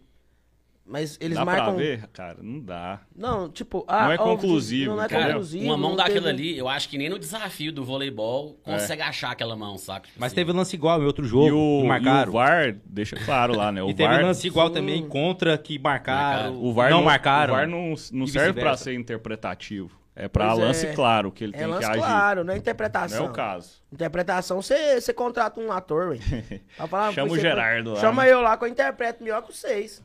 Mas eles dá marcam pra ver? Cara, não dá. Não, tipo, ah, Não é ó, o- conclusivo, não é entendeu? Cara, conclusivo. uma mão não daquela teve- ali, eu acho que nem no desafio do voleibol É. consegue achar aquela mão, saca? Tipo Mas assim, teve lance igual em outro E jogo, o, que e o marcaram. E, VAR, deixa claro lá, né? O teve VAR, lance igual também contra que marcaram. o VAR não, marcaram. né? O VAR não, não E serve pra vice-versa. ser interpretativo. É pra Pois é. lance claro que ele É tem que lance agir. claro, não é Não interpretação. é o caso. Interpretação, você contrata um ator, ué. Pra falar, Chama o você- Gerardo lá, Chama né? eu lá que eu interpreto melhor que vocês.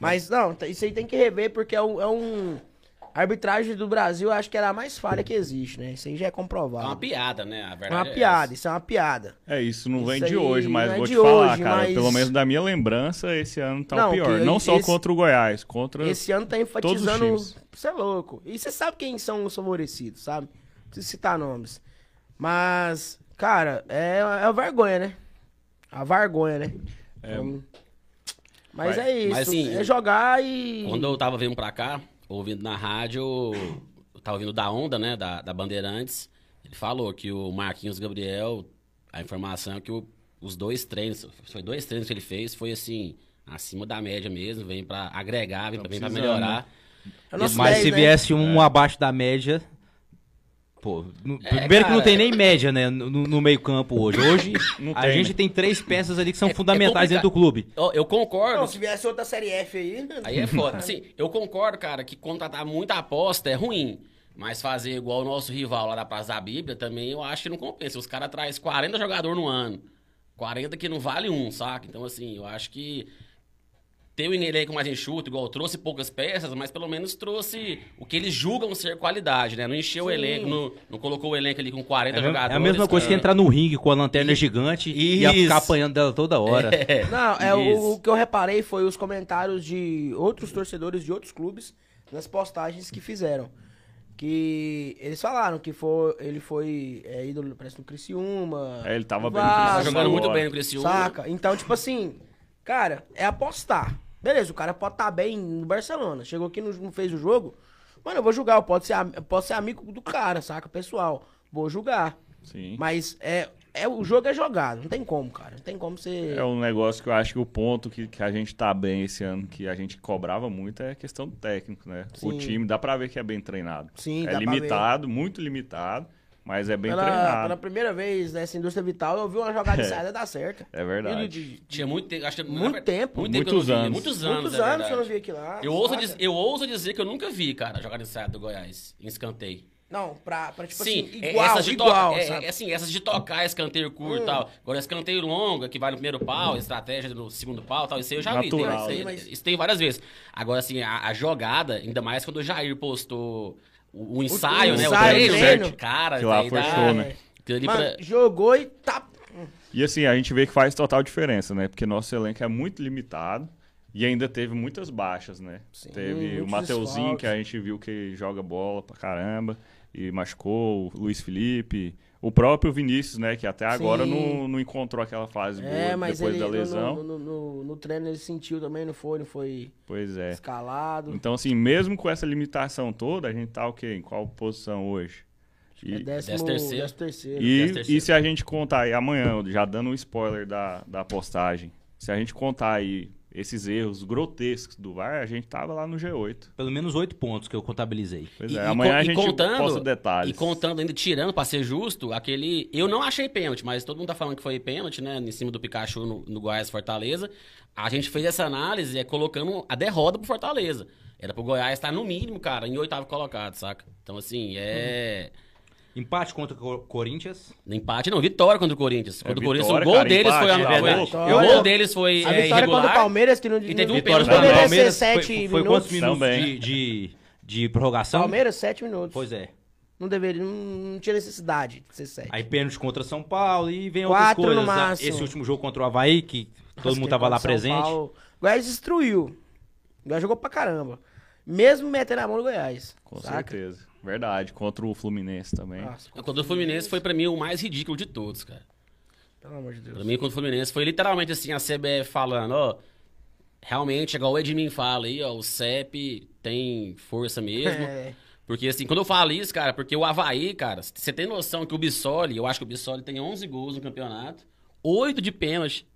Mas não, t- isso aí tem que rever, porque é um. é um- A arbitragem do Brasil, eu acho que era a mais falha que existe, né? Isso aí já é É uma comprovado. piada, né? A É verdade uma é piada, essa. isso é uma piada. É, isso não Isso vem de aí hoje, mas não é vou te de falar, hoje, cara. mas- Pelo menos da minha lembrança, esse ano tá Não, o pior. que Não só esse- contra o Goiás, contra. Esse ano tá os enfatizando. times. Isso é louco. E você sabe quem são os favorecidos, sabe? Não preciso citar nomes. Mas, cara, é, é a vergonha, né? A vergonha, né? É. Então, mas, Mas- é isso. mas, assim, é jogar e. Quando eu tava vindo pra cá, ouvindo na rádio, eu tava ouvindo da Onda, né? Da, da Bandeirantes. Ele falou que o Marquinhos Gabriel, a informação é que o- os dois treinos, foi dois treinos que ele fez, foi assim, acima da média mesmo, vem pra agregar, vem, pra, vem pra precisando, melhorar. É o nosso Mas 10, se né? viesse um É. abaixo da média. Pô, no- primeiro que não É, cara. tem nem média, né? No, meio-campo hoje. Hoje, Não a tem, gente né? tem três peças ali que são É- é fundamentais dentro do clube. Eu, eu concordo. Não, se viesse outra Série F aí. Aí é foda. Sim, eu concordo, cara, que contratar muita aposta é ruim. Mas fazer igual o nosso rival lá da Praça da Bíblia também eu acho que não compensa. Os caras trazem 40 jogadores no ano. 40 que não vale um, saca? Então, assim, eu acho que Tem o Inelei com mais enxuto, igual trouxe poucas peças, mas pelo menos trouxe o que eles julgam ser qualidade, né? Não encheu o Sim. elenco, não, não colocou o elenco ali com 40 É, mesmo- jogadores. é a mesma coisa que cara. entrar no ringue com a lanterna gigante e ia Isso. ficar apanhando dela toda hora. É. Não, é, o, Isso. o que eu reparei foi os comentários de outros torcedores de outros clubes nas postagens que fizeram. Que eles falaram que foi, ele foi é, ídolo, parece no Criciúma. É, ele tava no bem no Vasco, Tá Criciúma. jogando muito Agora. bem no Criciúma. Saca? Então, tipo assim, cara, é apostar. Beleza, o cara pode estar bem no Barcelona. Chegou aqui, não, não fez o jogo. Mano, eu vou julgar. Eu posso ser, am- eu posso ser amigo do cara, saca? Pessoal, vou julgar. Sim. Mas é, é, o jogo é jogado. Não tem como, cara. Não tem como você. É um negócio que eu acho que o ponto que, que a gente tá bem esse ano, que a gente cobrava muito, é a questão do técnico, né? Sim. O time dá pra ver que é bem treinado. Sim, é dá pra ver. limitado, muito limitado, mas é bem pela, treinado. pela primeira vez nessa indústria vital, eu vi uma jogada de É. saída dar certo. É verdade. Tinha muito tempo. Acho que, Muito tempo. Muito tempo que eu não Muitos via, anos. Muitos anos. Muitos é anos que eu não verdade. vi aquilo lá. Eu ouso, saca? diz- eu ouso dizer que eu nunca vi, cara, jogar ensaiado do Goiás em escanteio. Não, pra, pra tipo Sim, assim, é- igual, essas de to- igual, é- sabe? Hum. é assim, essas de tocar escanteio curto e tal. Agora, escanteio longo, que vai no primeiro pau, estratégia no segundo pau e tal. Isso aí eu já Natural. vi. tem- Sim, Isso, aí- Hum. né? mas- isso tem várias vezes. Agora, assim, a, a jogada, ainda mais quando o Jair postou o, o ensaio, o né? ensaio, o o treino. treino. Cara, Que lá isso foi dá- show, né? aquilo ali Mano, pra- jogou e tá. E assim, a gente vê que faz total diferença, né? Porque nosso elenco é muito limitado e ainda teve muitas baixas, né? teve o muitos Mateuzinho, desfalques. que a gente viu que joga bola pra caramba e machucou, o Luiz Felipe, o próprio Vinícius, né? Que até agora Sim. não, não encontrou aquela fase É, boa mas depois ele da no- lesão. No, no, no- no treino ele sentiu também, não foi? Não foi Pois é. escalado. Então, assim, mesmo com essa limitação toda, a gente tá o quê? Em qual posição hoje? É E, décimo, Décimo terceiro. décimo terceiro. e, décimo terceiro. e se a gente contar aí amanhã, já dando um spoiler da, da postagem, se a gente contar aí esses erros grotescos do VAR, a gente tava lá no G8. Pelo menos oito pontos que eu contabilizei. Pois E- é, e amanhã con- a e gente posta detalhes. E contando ainda, tirando, pra ser justo, aquele. Eu não achei pênalti, mas todo mundo tá falando que foi pênalti, né? Em cima do Pikachu no, no Goiás Fortaleza. A gente fez essa análise é, colocando a derrota pro Fortaleza. Era pro Goiás estar no mínimo, cara, em oitavo colocado, saca? Então, assim, é. Empate contra o Co- Corinthians. Empate não, vitória contra o Corinthians. Contra o Corinthians, Uhum. É vitória, o gol cara, deles foi. empate, anulado. tá foi- louco? o Vitória. gol deles foi. A é, vitória contra o irregular. Palmeiras que não e teve um Vitória pênalti contra o também. Palmeiras. Foi, sete foi minutos. quantos minutos de, Também. de, de prorrogação? Palmeiras, sete minutos. Pois é. Não deveria, não, não tinha necessidade de ser sete. Aí pênalti contra São Paulo e vem Quatro outras no coisas. né? máximo. Esse último jogo contra o Havaí, que todo Nossa, mundo quem tava lá contra São presente. Paulo- Goiás destruiu. Goiás jogou pra caramba. Mesmo metendo a mão no Goiás. Com saca? certeza. Verdade. Contra o Fluminense também. Nossa, Contra o Fluminense foi pra mim o mais ridículo de todos, cara. pelo amor de Deus. Pra mim, contra o Fluminense, foi literalmente assim, a CBF falando, ó, realmente, é igual o Edmin fala aí, ó, o CEP tem força mesmo. É. Porque, assim, quando eu falo isso, cara, porque o Havaí, cara, você tem noção que o Bissoli, eu acho que o Bissoli tem 11 gols no campeonato, 8 de pênalti.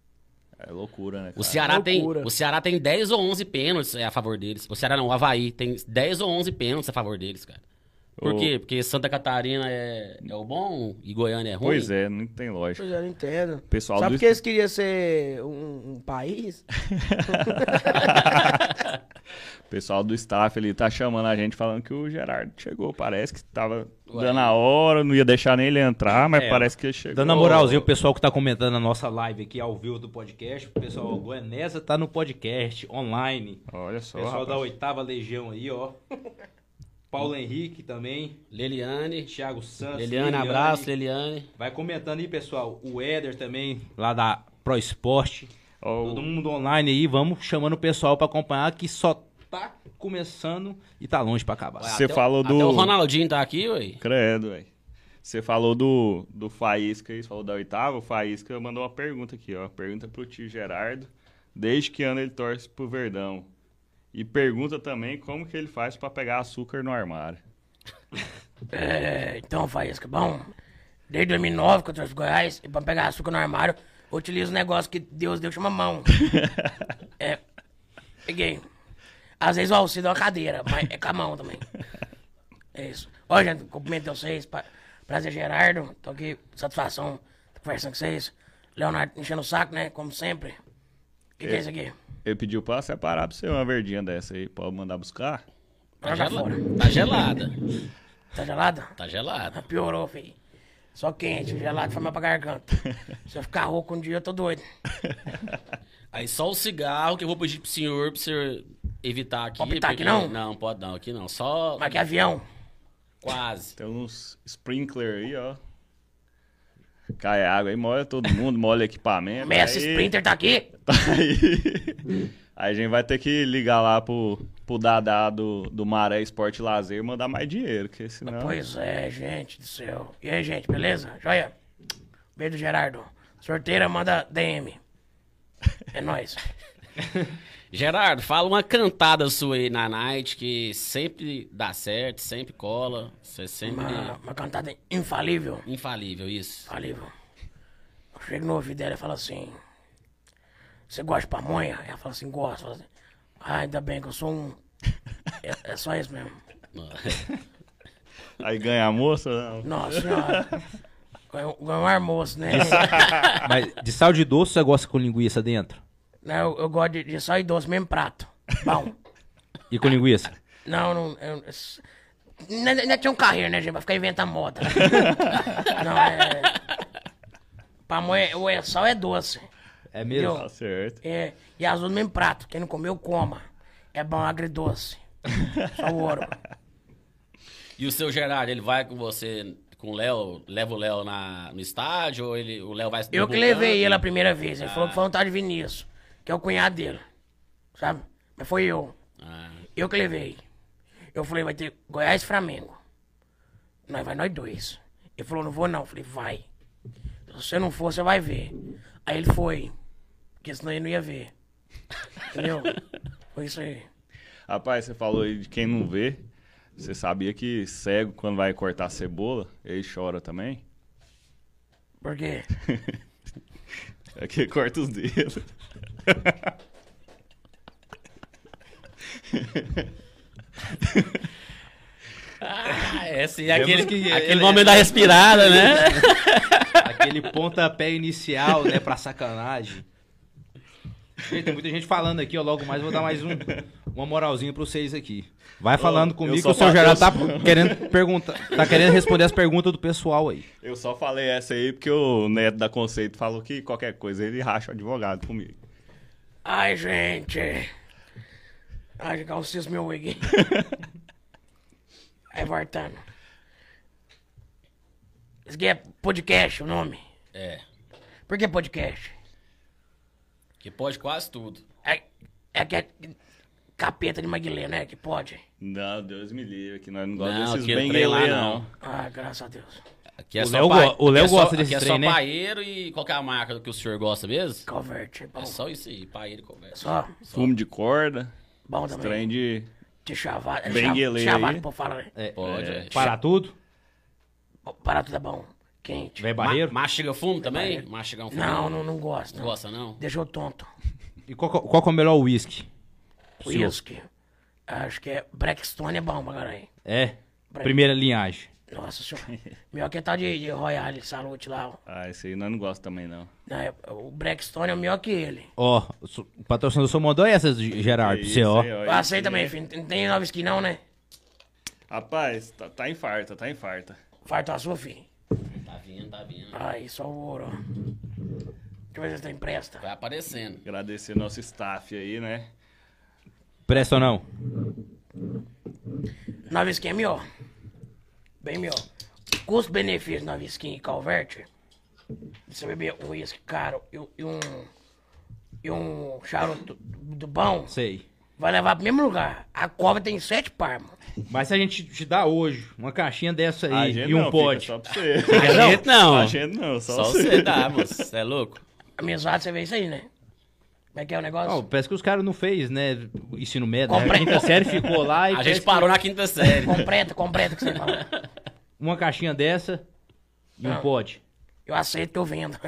É loucura, né? Cara? O Ceará, tem, Ah, loucura. o Ceará tem 10 ou 11 pênaltis é, a favor deles. O Ceará não, o Havaí tem 10 ou 11 pênaltis a favor deles, cara. Por Ô. quê? Porque Santa Catarina é, é o bom e Goiânia é ruim. Pois é, não tem lógica. Pois é, eu não entendo. Pessoal Sabe do- porque eles queriam ser um, um país? O pessoal do staff ali tá chamando a gente falando que o Gerardo chegou. Parece que tava Ué. dando a hora, não ia deixar nem ele entrar, mas É, parece que ele chegou. Dando a moralzinha, o pessoal que tá comentando a nossa live aqui ao vivo do podcast. O pessoal Goianesa tá no podcast, online. Olha só. pessoal da rapaz. oitava legião aí, ó. Paulo Henrique também. Leliane, Thiago Santos. Leliane, abraço, Leliane. Vai comentando aí, pessoal. O Éder também, lá da Pro Esporte. Ó, o- Todo mundo online aí, vamos chamando o pessoal pra acompanhar que só tá começando e tá longe pra acabar. Ué, Você até o- falou do- Até o Ronaldinho tá aqui, ué. Credo, velho. Você falou do, do Faísca aí, você falou da oitava. O Faísca mandou uma pergunta aqui, ó. Pergunta pro tio Gerardo. Desde que ano ele torce pro Verdão? E pergunta também como que ele faz pra pegar açúcar no armário. É, então, Faísca, bom, desde 2009 que eu trouxe pro Goiás, e pra pegar açúcar no armário, eu utilizo um negócio que Deus deu, chama mão. é, peguei. Às vezes o auxílio é uma cadeira, mas é com a mão também. É isso. Ó, gente, cumprimento vocês, pra- prazer Gerardo, tô aqui, satisfação, tô conversando com vocês. Leonardo enchendo o saco, né, como sempre. O que, que é isso aqui? Ele pediu pra separar pra você uma verdinha dessa aí, pode mandar buscar? Tá, Joga gela- fora. tá gelada. Tá gelada? Tá gelada. Piorou, filho. Só quente, gelado foi mal pra garganta. Se eu ficar rouco um dia, eu tô doido. Aí só o cigarro que eu vou pedir pro senhor, pro senhor evitar aqui. Pode pitar aqui, porque- não? Não, pode não, aqui não. Só Mas que avião. quase. Tem uns sprinkler aí, ó. Cai água aí, molha todo mundo, molha equipamento. Messi aí, Sprinter tá aqui. Tá aí. aí a gente vai ter que ligar lá pro, pro Dadá do, do Maré Esporte Lazer e mandar mais dinheiro, porque senão. Pois é, gente do céu. E aí, gente, beleza? Joia? Beijo, Gerardo. Sorteira manda DM. É nóis. Gerardo, fala uma cantada sua aí na night que sempre dá certo, sempre cola. Você é sempre. Uma, uma cantada infalível. Infalível, isso. Infalível. Eu chego no ouvido dela e falo assim: Você gosta de pamonha? Ela fala assim: Gosto. Fala assim, ah, ainda bem que eu sou um. É, é só isso mesmo. Aí ganha a moça, não. Nossa senhora. Ganhou ganhou um almoço, né? Mas de sal de doce você gosta com linguiça dentro? Né, eu, eu gosto de, de só e doce, mesmo prato. Bom. E com linguiça? Não, não. Eu, s- não, é- não é tinha um carreiro, né, gente? Pra ficar inventando moda. não, é. Pamonha, ou é sal ou é doce. É mesmo? Eu- Tá certo. É, e azul no mesmo prato. Quem não comeu, coma. É bom agridoce. Só o ouro. E o seu Gerardo, ele vai com você, com o Léo, leva o Léo na, no estádio ou ele, o Léo vai. Eu que levei ele a primeira vez. Ele falou que foi vontade de Vinícius, que é o cunhado dele. Sabe? Mas foi eu. Ah, Eu que levei. Eu falei, vai ter Goiás e Flamengo. Nós vai nós dois. Ele falou, não vou não. Eu falei, vai. Se você não for, você vai ver. Aí ele foi. Porque senão ele não ia ver. Entendeu? Foi isso aí. Rapaz, você falou aí de quem não vê. Você sabia que cego, quando vai cortar cebola, ele chora também? Por quê? É que ele corta os dedos. Ah, é sim, é aquele, Temos que- aquele ele- momento da respirada, né? Aquele pontapé inicial, né, pra sacanagem. Gente, tem muita gente falando aqui, ó. Logo mais vou dar mais um, uma moralzinha pra vocês aqui. Vai falando comigo que só o seu fa- Geraldo tá eu só- querendo perguntar. Tá querendo responder as perguntas do pessoal aí. Eu só falei essa aí porque o neto da Conceito falou que qualquer coisa ele racha o advogado comigo. Ai, gente. Ai, calcismo meu wig. Aí, voltando. Esse aqui é podcast o nome. É. Por que podcast? Que pode quase tudo. É, é que é capeta de Maguilena, né? Que pode. Não, Deus me livre, que nós não Não, gostamos desses aquele trem bem lá, não. não. Ah, graças a Deus. Aqui é O só Léo pa- go- o Léo aqui é só- gosta desse aqui trem, é né? só paeiro e qual que é a marca que o senhor gosta mesmo? Covert. Bom, É só isso aí, paeiro e conversa. só. Fumo de corda, Bom também. trem de. De chavado. é Benguele chava- aí. Chavado, pô, fala. né? É, Pode, é. Parar tudo? Para tudo é bom. Quente. Véi É barreiro? É Ma mastiga fumo também? Mastiga um fumo? Não, não, não gosto. Não gosta, não? Deixou tonto. E qual, que é- qual que é o melhor whisky? Senhor. Whisky. Acho que é Blackstone é bom pra caralho. É. Primeira linhagem. Nossa senhora. Melhor que tá de, de Royale Salute lá. ó. Ah, esse aí nós não gostamos também não. Não, é- o Blackstone é melhor que ele. Ó, o su- o patrocinador só mandou essas, Gerardo, pra É Isso Ah, você, ó. aí, ó, Eu isso aí aceito Ah, também, é- filho. Não tem nova skin não, né? Rapaz, tá, tá infarta, tá infarta. Farta a sua, filho. Tá vindo, tá vindo. Ai, só o ouro. ó. Deixa eu ver se tem presta. Vai aparecendo. Agradecer nosso staff aí, né? Presta ou não? Nova skin é melhor. Bem melhor. Custo-benefício nova skin e Calvert. Você beber um uísque caro e, um- e um. E um charuto do bom, Sei. vai levar pro mesmo lugar. A cova tem sete par, mano. Mas se a gente te dá hoje uma caixinha dessa A aí Ah, gente e um não, pote. fica Só pra você. A gente não. A gente não, só, Só você dá, moço. Você é louco? Amizade, você vê isso aí, né? Como é que é o negócio? Não, parece que os caras não fez, né? o Ensino médio. né? Comprei- A quinta série ficou lá e A parece gente que parou na quinta série. Completa, completa que você fala. uma caixinha dessa e um Ah. pote. Eu aceito que eu vendo.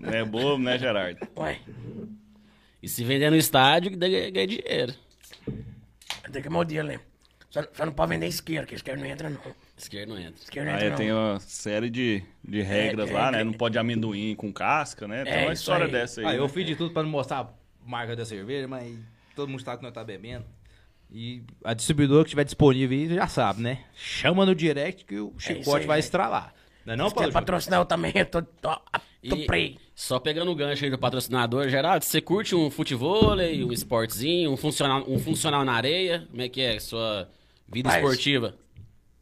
Não é bobo, né, Gerardo? Ué, E se vender no estádio, que ganha ganha dinheiro. tem que modelo, né? Só, só não pode vender isqueiro, que isqueiro não entra, não. Esquerdo não entra. Isqueiro não entra, Aí não. tem uma série de, de regras é, lá, né? é. Não pode amendoim com casca, né? Tem É, uma isso história aí. dessa aí. Ah, eu né? fiz de tudo pra não mostrar a marca da cerveja, mas todo mundo sabe que nós tá bebendo. E a distribuidora que tiver disponível aí já sabe, né? Chama no direct que o isso chicote aí, vai né? estralar. Não é não, Se quer Paulo? Júnior? patrocinar eu também, eu tô, tô Tuprei. só pegando o gancho aí do patrocinador, Geraldo, você curte um futevôlei, um esportezinho, um funcional, um funcional na areia? Como é que é a sua vida Rapaz. esportiva?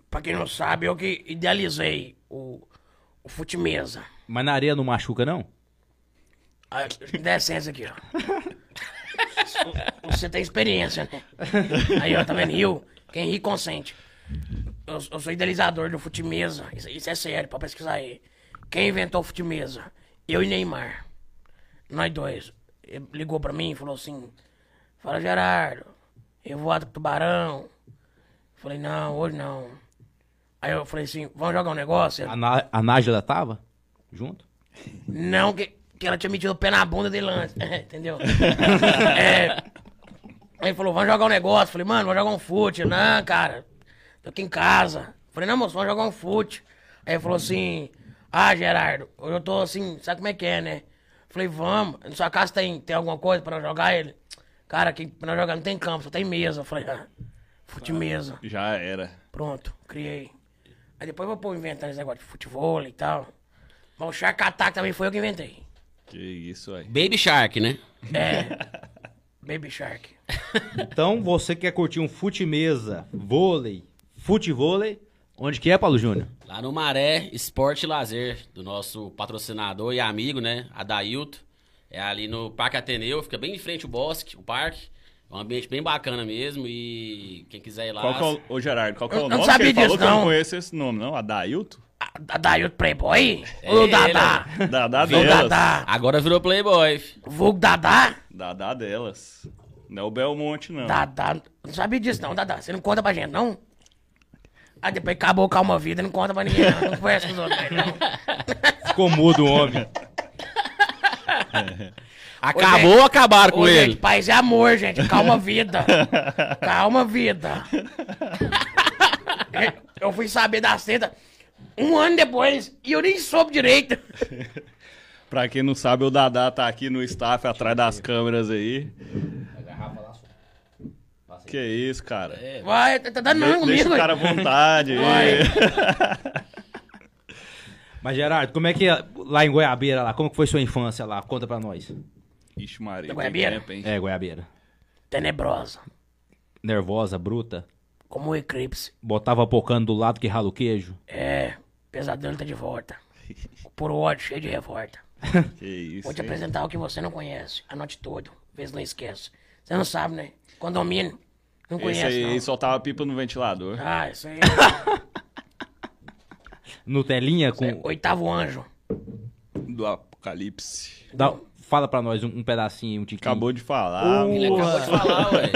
Pra quem não sabe, eu que idealizei o, o fute-mesa. Mas na areia não machuca, não? Ah, Dá licença aqui, ó. Você tem experiência. né? Aí, ó, tá vendo? Rio. Quem ri, consente. Eu, eu sou idealizador do fute-mesa. Isso, isso é sério, pode pesquisar aí. Quem inventou o fute-mesa? Eu e Neymar. Nós dois. Ele ligou pra mim e falou assim... Fala, Gerardo. Eu vou lá pro Tubarão. Falei, não, hoje não. Aí eu falei assim, vamos jogar um negócio? A, Na, a Nájila tava? Junto? Não que, que ela tinha metido o pé na bunda dele antes. Entendeu? É. Aí ele falou, vamos jogar um negócio. Falei, mano, vamos jogar um fute. Não, cara, tô aqui em casa. Falei, não, moço, vamos jogar um fute. Aí ele falou assim, ah, Gerardo, hoje eu tô assim, sabe como é que é, né? Falei, vamos. Na sua casa tem, tem alguma coisa pra nós jogar? Ele, cara, aqui pra nós jogar não tem campo, só tem mesa. Falei, ah, fute mesa. Já era. Pronto, criei. Aí depois eu vou pôr inventando esse negócio de futebol e tal. Mas o Shark Attack também foi eu que inventei. Que isso aí. Baby Shark, né? É. Baby Shark. Então, você quer curtir um fute-mesa, vôlei, fute-vôlei, onde que é, Paulo Júnior? Lá no Maré Esporte e Lazer, do nosso patrocinador e amigo, né? Adailto. É ali no Parque Ateneu, fica bem em frente ao bosque, o parque. É um ambiente bem bacana mesmo e quem quiser ir lá... Qual que é o, ô, Gerardo, qual que é o Eu não nome sabia que ele falou disso, que eu não não. conheço esse nome, não? Adailto? Dadaio Ah, Playboy? É Ô, Dadá. Dadá Vulgo delas. Dadá. Agora virou Playboy. fi. Vulgo Dadá? Dadá delas. Não é o Belmonte, não. Dadá. Não sabia disso não, Dadá. Você não conta pra gente, não? Aí depois acabou o Calma Vida, não conta pra ninguém, não. Não conhece os outros, não. Ficou mudo, homem. Acabou ou acabaram com Ô, ele? gente, paz e amor, gente. Calma, vida. Calma, vida. Eu fui saber da seta um ano depois e eu nem soube direito. Pra quem não sabe, o Dadá tá aqui no staff atrás das câmeras aí. Que isso, cara. Vai, tá tá dando De- não deixa comigo. o cara à vontade. aí. Mas, Gerardo, como é que é lá em Goiabeira, lá, como que foi sua infância lá? Conta pra nós. Ixi, Maria. Da tem Goiabeira? tempo, hein? É, Goiabeira. Tenebrosa, Nervosa, bruta, como o eclipse. botava pocando do lado que rala o queijo. É, pesadelo tá de volta. Por ódio, cheio de revolta. Que isso. Vou te hein? apresentar o que você não conhece. Anote tudo, vez não esquece. Você não sabe, né? Condomínio, não Esse conhece, aí não. soltava pipa no ventilador. Ah, isso aí Nutelinha é com. oitavo anjo. Do apocalipse. Dá- fala pra nós um, um pedacinho, um tiquinho. Acabou de falar. Ele acabou de falar, ué.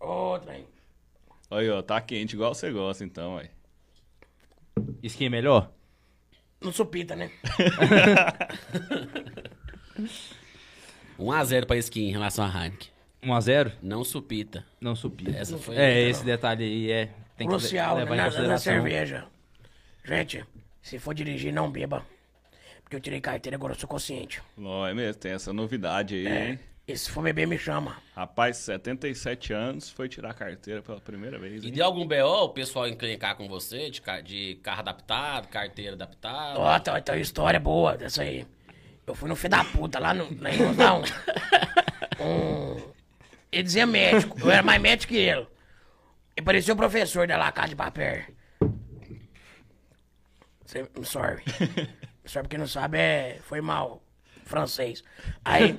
Outra, hein? Aí, ó, tá quente igual você gosta, então, aí. Esquema é melhor? No supita, né? 1x0 pra skin em relação a Heineken. 1x0? Não supita. Não subi. Essa foi. É, esse detalhe aí é. Tem que crucial né, levar em na, na consideração. cerveja. Gente, se for dirigir, não beba. Porque eu tirei carteira, agora eu sou consciente. Não, é mesmo, tem essa novidade aí, É. hein? E se for beber, me chama. Rapaz, 77 anos, foi tirar a carteira pela primeira vez, E hein? deu algum BO, o pessoal encrencar com você, de, ca- de carro adaptado, carteira adaptada? Ó, tem tem uma história boa dessa aí. Eu fui no filho da puta lá no, na Irmãozão. um, ele dizia médico. Eu era mais médico que ele. E parecia o professor da La Casa de Papel. Cê- I'm sorry. I'm sorry, porque não sabe, é, foi mal. Francês. Aí,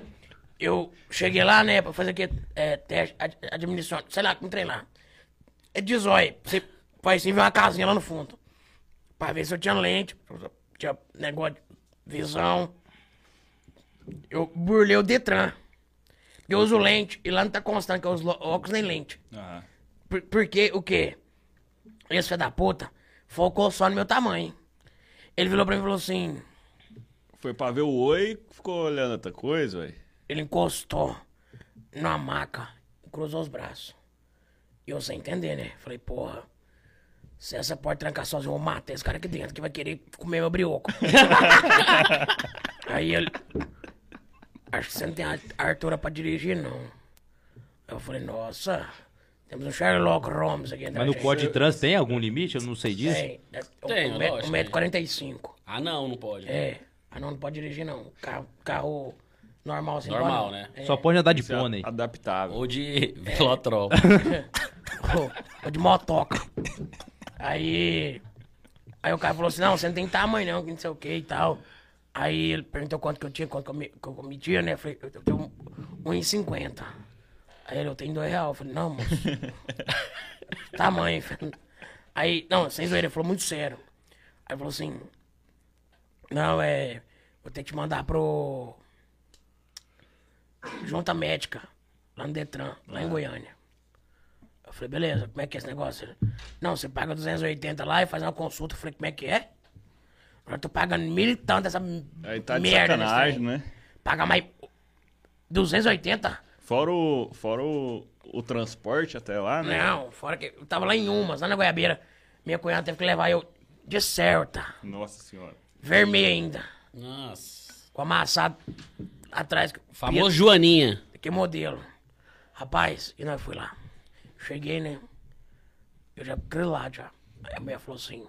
eu cheguei lá, né, pra fazer aquele é, teste ad- administrativo. Sei lá, como treinar. Ele diz, olha, você vai sim ver uma casinha lá no fundo pra ver se eu tinha lente, tinha negócio de visão. Eu burlei o Detran. Eu uso lente, e lá não tá constando que eu uso lo- óculos nem lente. Ah, Por, porque o quê? Esse filho da puta focou só no meu tamanho. Ele virou pra mim e falou assim: foi pra ver o oi, ficou olhando outra coisa, ué. ele encostou numa maca e cruzou os braços. E eu sem entender, né? Falei, porra, se essa porta trancar sozinha, eu vou matar esse cara aqui dentro que vai querer comer meu brioco. Aí ele. Acho que você não tem a a Artura pra dirigir, não. Eu falei, nossa, temos um Sherlock Holmes aqui. É, Mas no código de trânsito tem algum limite? Eu não sei disso. Tem, é, Tem, um, met- um lógico, metro e quarenta e cinco. Ah, não, não pode. É. Ah, não, não pode dirigir, não. Carro, carro normal, assim. Normal, pode, né? Só pode andar de pônei. Adaptável. Ou de velotrol. Ou, ou de motoca. Aí. Aí o cara falou assim: não, você não tem tamanho, não, que não sei o que e tal. Aí ele perguntou quanto que eu tinha, quanto que eu, me, que eu media, né? Eu falei: eu tenho 1,50. Aí ele, eu tenho dois reais. Eu falei: não, moço. tamanho. filho. Aí, não, sem zoeira, ele falou muito sério. Aí falou assim: não, é. Vou ter que te mandar pro. Junta médica, lá no Detran, lá Ah. em Goiânia. Eu falei, beleza, como é que é esse negócio? Ele, não, você paga 280 lá e faz uma consulta. Eu falei, como é que é? Agora eu tô pagando mil e tanto essa Aí tá de merda. nesse sacanagem, trem. né? Paga mais 280? Fora o, fora o, o transporte até lá, né? Não, fora que eu tava lá em Umas, lá na Goiabeira. Minha cunhada teve que levar eu de certa, Nossa senhora. vermelha ainda, Nossa. com amassado atrás. Famoso Joaninha. Que modelo? Rapaz, e nós fui lá. Cheguei, né? Eu já grilado já. Aí a mulher falou assim.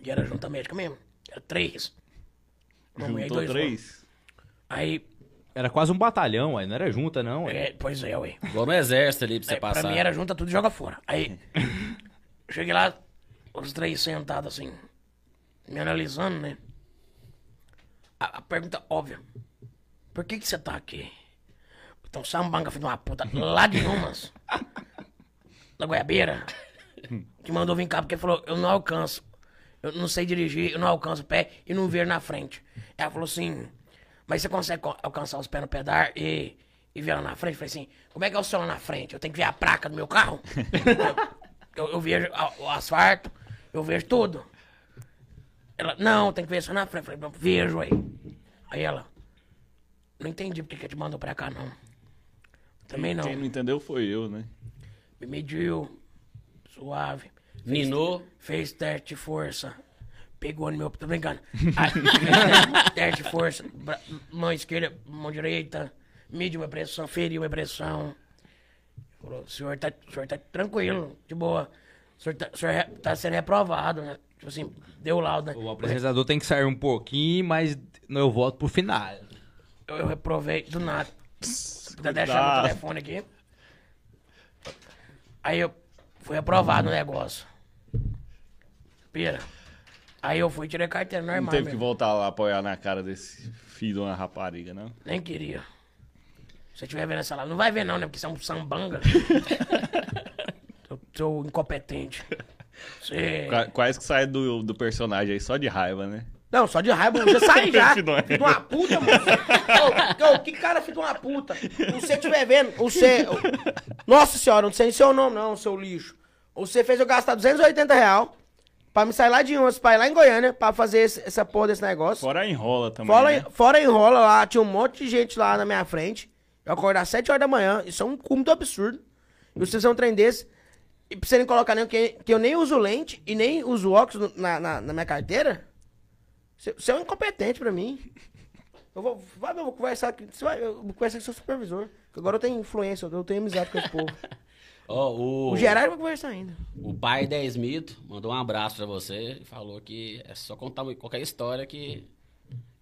E era junta médica mesmo. Era três. Uma mulher e Juntou é dois homens. três. Aí, Era quase um batalhão, aí não era junta, não. ué. é, pois é, ué. Igual no exército ali pra você É, passar. Uhum. Pra mim era junta tudo e joga fora. Aí, cheguei lá, os três sentados assim, me analisando, né? A, a pergunta óbvia. Por que que você tá aqui? Então, sambanga, filho de uma puta, lá de Umas, da Goiabeira, que mandou vir cá porque falou, eu não alcanço. Eu não sei dirigir, eu não alcanço o pé e não vejo na frente. Ela falou assim, mas você consegue co- alcançar os pés no pedar e, e ver lá na frente? Eu falei assim, como é que é o seu lá na frente? Eu tenho que ver a placa do meu carro? eu, eu- eu vejo a- o asfalto, eu vejo tudo. Ela, não, tem que ver só na frente. Eu falei, não, vejo aí. Aí ela, não entendi porque que te mandou pra cá, não. Também não. Quem não entendeu foi eu, né? Me mediu, suave. Ninou. Fez teste de força. Pegou no meu. Tô brincando. Aí, fez teste de força. bra- Mão esquerda, mão direita. Mediu a pressão, feriu a pressão. Falou, o senhor tá, o senhor tá tranquilo, de boa. O senhor tá, o senhor re- tá sendo reprovado, né? Tipo assim, deu o laudo, O né? apresentador tem que sair um pouquinho, mas eu volto pro final. Eu, eu reprovei do nada. Se puder deixar meu cuidado. tá telefone aqui. Aí eu fui aprovado no negócio. Pira. Aí eu fui tirei carteira Não normal. teve que mesmo. voltar lá apoiar na cara desse filho de uma rapariga, né? não. Nem queria. Se eu estiver vendo essa live, não vai ver não, né? Porque você é um sambanga. seu, seu incompetente. Você... Qua- Quais que saem do, do personagem aí só de raiva, né? Não, só de raiva, eu já saí já. Filho de uma- Filho de uma puta, moço. Ô, ô, que cara, filho de uma puta. Você estiver vendo, você... Nossa senhora, não sei seu nome não, seu lixo. Você fez eu gastar 280 real pra me sair lá de umas, pra ir lá em Goiânia, pra fazer esse- essa porra desse negócio. Fora a enrola também. é Fora, tá né? fora enrola lá, tinha um monte de gente lá na minha frente. Eu acordar às 7 horas da manhã, isso é um cu muito absurdo. E vocês são um trem desse. E pra você nem colocar nem que, que eu nem uso lente e nem uso óculos no- na, na, na minha carteira, você você é um incompetente pra mim. Eu vou, vai, eu vou conversar aqui. Você vai, eu vou conversar com seu supervisor. que Agora eu tenho influência, eu tenho amizade com esse povo. Ó, o, O Gerardo vai conversar ainda. o pai 10 Mito mandou um abraço pra você e falou que é só contar qualquer história que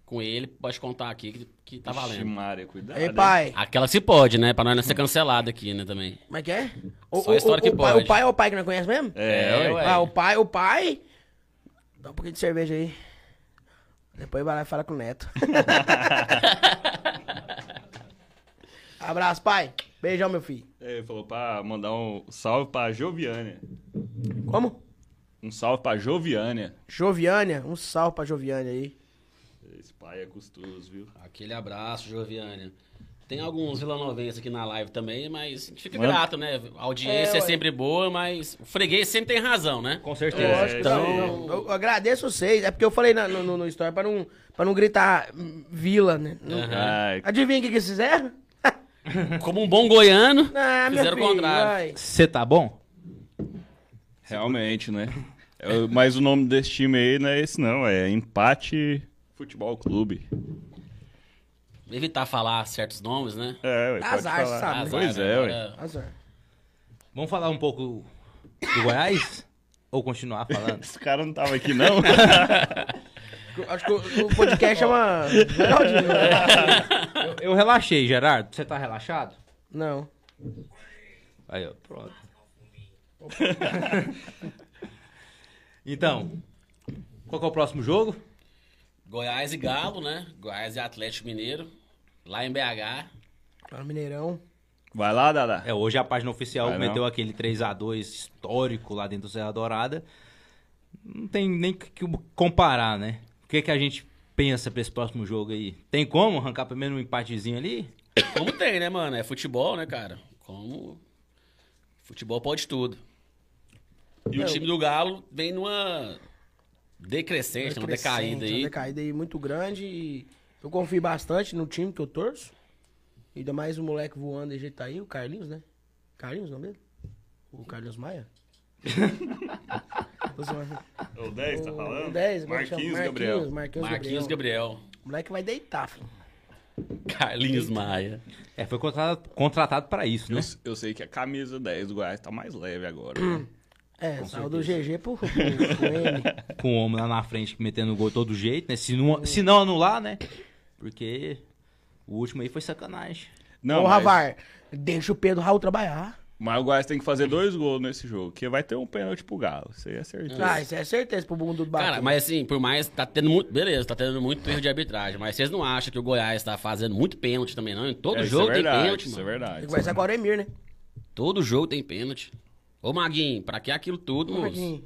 com ele pode contar aqui que, que tá Ixi, valendo. Maria, cuidado. Ei, hein? pai. Aquela que se pode, né? Pra nós não ser cancelado aqui, né, também. Como é que é? O, Só a história o, que o pai, pode. o pai é o pai que não conhece mesmo? É, ué. É, ué. Ah, o pai, o pai. Dá um pouquinho de cerveja aí. Depois vai lá e fala com o neto. Abraço, pai. Beijão, meu filho. É, Ele falou pra mandar um salve pra Joviânia. Como? Um salve pra Joviânia. Joviânia. Um salve pra Joviânia aí. Esse pai é custoso, viu? Aquele abraço, Joviânia. Tem alguns vilanovenses aqui na live também, mas a gente fica Mano. grato, né? A audiência É, é ué. sempre boa, mas o freguês sempre tem razão, né? Com certeza. É, Não, não, eu eu agradeço vocês. É porque eu falei na- no, no, no story pra não, pra não gritar hum, vila, né? Não- Ai, Adivinha o que que eles fizeram? Como um bom goiano, Ah, meu fizeram o filho. contrário. vai. Você tá bom? realmente, né? Eu- mas o nome desse time aí não é esse, não. É Empate Futebol Clube. Evitar falar certos nomes, né? É, ué, pode Azar, falar. sabe? Azar, Pois né? é, ué. Agora, Azar. Vamos falar um pouco do Goiás? Ou continuar falando? Esse cara não tava aqui, não? Acho que o, o é podcast chama. Geraldinho, né? eu, eu relaxei, Gerardo. Você tá relaxado? Não. Aí, ó, pronto. então, qual que é o próximo jogo? Goiás e Galo, né? Goiás e Atlético Mineiro. Lá em BH. Lá no Mineirão. Vai lá, Dada. É, hoje a página oficial Vai não. meteu aquele 3 a 2 histórico lá dentro do Serra Dourada. Não tem nem que que comparar, né? O que, que a gente pensa pra esse próximo jogo aí? Tem como arrancar primeiro um empatezinho ali? Como tem, né, mano? É futebol, né, cara? Como. Futebol pode tudo. E o time do Galo vem numa decrescente, uma decaída Uma aí. decaída aí muito grande. E eu confio bastante no time que eu torço. Ainda mais o moleque voando de jeito tá aí, o Carlinhos, né? Carlinhos, o nome dele? O Carlinhos Maia? Tô zoando. É O 10 tá O falando? 10, como é que chama? Marquinhos, Gabriel. Marquinhos, Marquinhos Gabriel. Gabriel. O moleque vai deitar, filho. Carlinhos Maia. É, foi contratado, contratado para isso, né? Eu, eu sei que a camisa 10 do Goiás tá mais leve agora. né? É, saiu do GG pro, pro, pro N. Com o homem lá na frente metendo gol todo jeito, né? Se não, se não anular, né? Porque o último aí foi sacanagem. Não, Ô, mas, Ravar, deixa o Pedro Raul trabalhar. mas o Goiás tem que fazer dois gols nesse jogo, que vai ter um pênalti pro Galo. Isso aí é certeza. Ah, isso é certeza pro mundo do Cara, Bato. mas assim, por mais. Tá tendo muito. Beleza, tá tendo muito erro de arbitragem. Mas vocês não acham que o Goiás tá fazendo muito pênalti também, não? Em todo É, isso jogo é tem verdade, pênalti, Isso mano. é verdade. Tem que conversar com o Auremir, né? Todo jogo tem pênalti. Ô, Maguinho, pra que aquilo tudo, moço? Marquinhos.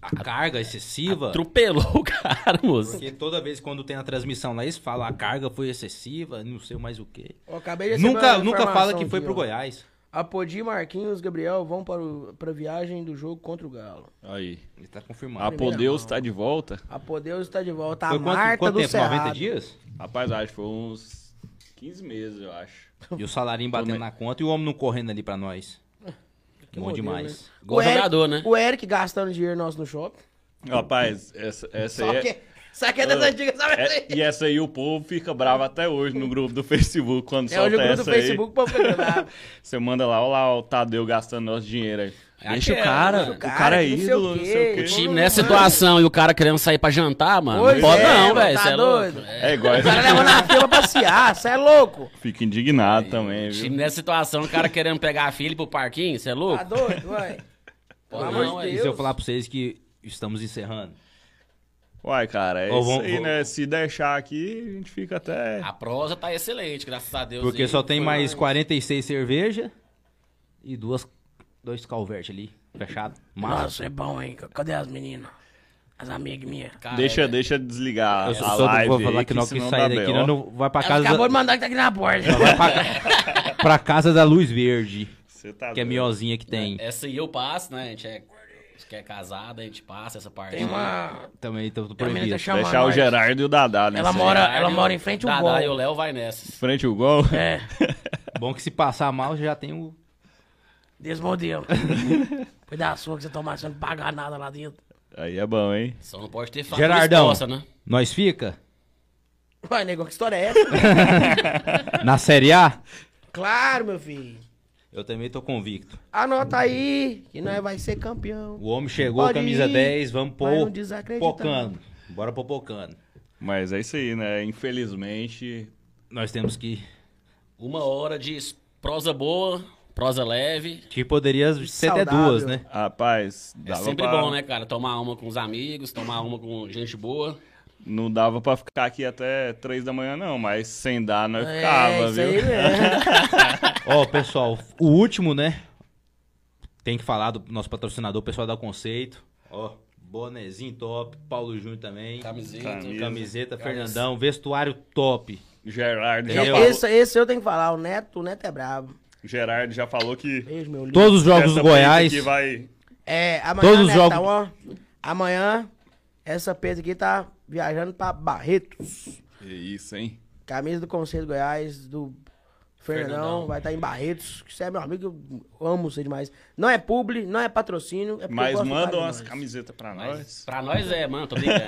A carga excessiva. Atropelou o cara, moço. Porque toda vez quando tem a transmissão lá, eles falam a carga foi excessiva, não sei mais o quê. Eu acabei de receber Nunca, uma nunca fala que informação foi aqui, pro ó. Goiás. Apodi, Marquinhos, Gabriel vão para, o, para a viagem do jogo contra o Galo. Aí. Ele tá confirmado. Apodeus tá de volta. Apodeus está de volta. A Foi quanto, Marta quanto do tempo? Cerrado. 90 dias? Rapaz, acho que foi uns 15 meses, eu acho. E o salarinho batendo Tomei. na conta e o homem não correndo ali pra nós. Bom modelo, demais. né? Igual jogador, né? O Eric gastando dinheiro nosso no shopping. Rapaz, essa, essa Só aí é, que... Só que é das antigas, sabe assim? é- E essa aí o povo fica bravo até hoje no grupo do Facebook, quando É solta hoje o grupo essa do Facebook, pô, foi bravo. aí. Você manda lá, olha lá o Tadeu gastando nosso dinheiro aí. É Deixa o aquela, cara, né? o cara é que não sei o ídolo, não quê. sei o quê. O Não, time não, nessa não. situação e o cara querendo sair pra jantar, mano. Pois não pode é, não, mano, velho. tá Você é louco. doido. É. É igual O cara levou na fila pra passear, você é louco. Fico indignado também, O viu? time nessa situação, o cara querendo pegar a filha pro parquinho, você é Tá louco? doido, vai. Pelo Não, amor de é Deus. E se eu falar pra vocês que estamos encerrando? Uai, cara, é Ô, isso vamos- aí, né? Se deixar aqui, a gente fica até. A prosa tá excelente, graças a Deus. Porque hein? só tem Foi mais 46 cerveja e duas, dois calverte ali, fechado. Mas Nossa, é bom, hein? Cadê as meninas? As amigas minhas. Cara, deixa, é, deixa desligar eu a só não live. vou falar aí, que não que senão sair dá daqui, B.O. nós não vai pra Ela casa, acabou da, de mandar que tá aqui na porta. vai pra, pra casa da luz verde, Você tá que é a doido. miozinha que tem. Essa aí eu passo, né? A gente é, que é casada, a gente passa essa parte. Tem uma. Também então tá tô Tem uma menina proibido. que chama Deixar o nós. Gerardo e o Dadá, né? Ela mora, ela mora em frente ao Dadá e o gol. Léo vai nessa. Frente o gol. É, Bom que se passar mal já tem o desse modelo. Foi da sua que você tá tomar, você não pagar nada lá dentro. Aí é bom, hein? Só não pode ter fatura Gerardão. exposta, né? Nós fica Ué, negão, que história é essa? na série A. claro, meu filho. Eu também tô convicto. Anota aí que nós vai ser campeão. O homem chegou, Pode camisa ir, 10, vamos mas não pôr desacredita, pocando. Bora pôr pocando. Mas é isso aí, né? Infelizmente. Nós temos que... Uma hora de prosa boa, prosa leve. Que poderia ser até Saudável. duas, né? Rapaz, É dava sempre pra- bom, né, cara? Tomar uma com os amigos, tomar uma com gente boa. Não dava pra ficar aqui até três da manhã, não, mas sem dar nós É, ficava, isso viu? aí mesmo. Ó, pessoal, o último, né? Tem que falar do nosso patrocinador, o pessoal da Conceito. Ó, bonezinho top, Paulo Júnior também. Camiseta. Camisa. Camiseta, Fernandão, vestuário top. Gerardo já, Eu- falou, esse, esse eu tenho que falar, o Neto, o Neto é brabo. Gerardo já falou que. Beijo, meu lindo. Todos os jogos essa do Goiás. frente aqui vai. É, amanhã, Todos os né, jogos- tá, ó, amanhã, essa peça aqui tá viajando pra Barretos. É isso, hein? Camisa do Conselho Goiás, do Fernandão, Fernandão. vai estar em Barretos. que Você é meu amigo, eu amo você demais. Não é publi, não é patrocínio, é porque eu Mas gosto do manda cara umas demais. camisetas pra nós. Pra nós é, mano, tô brincando.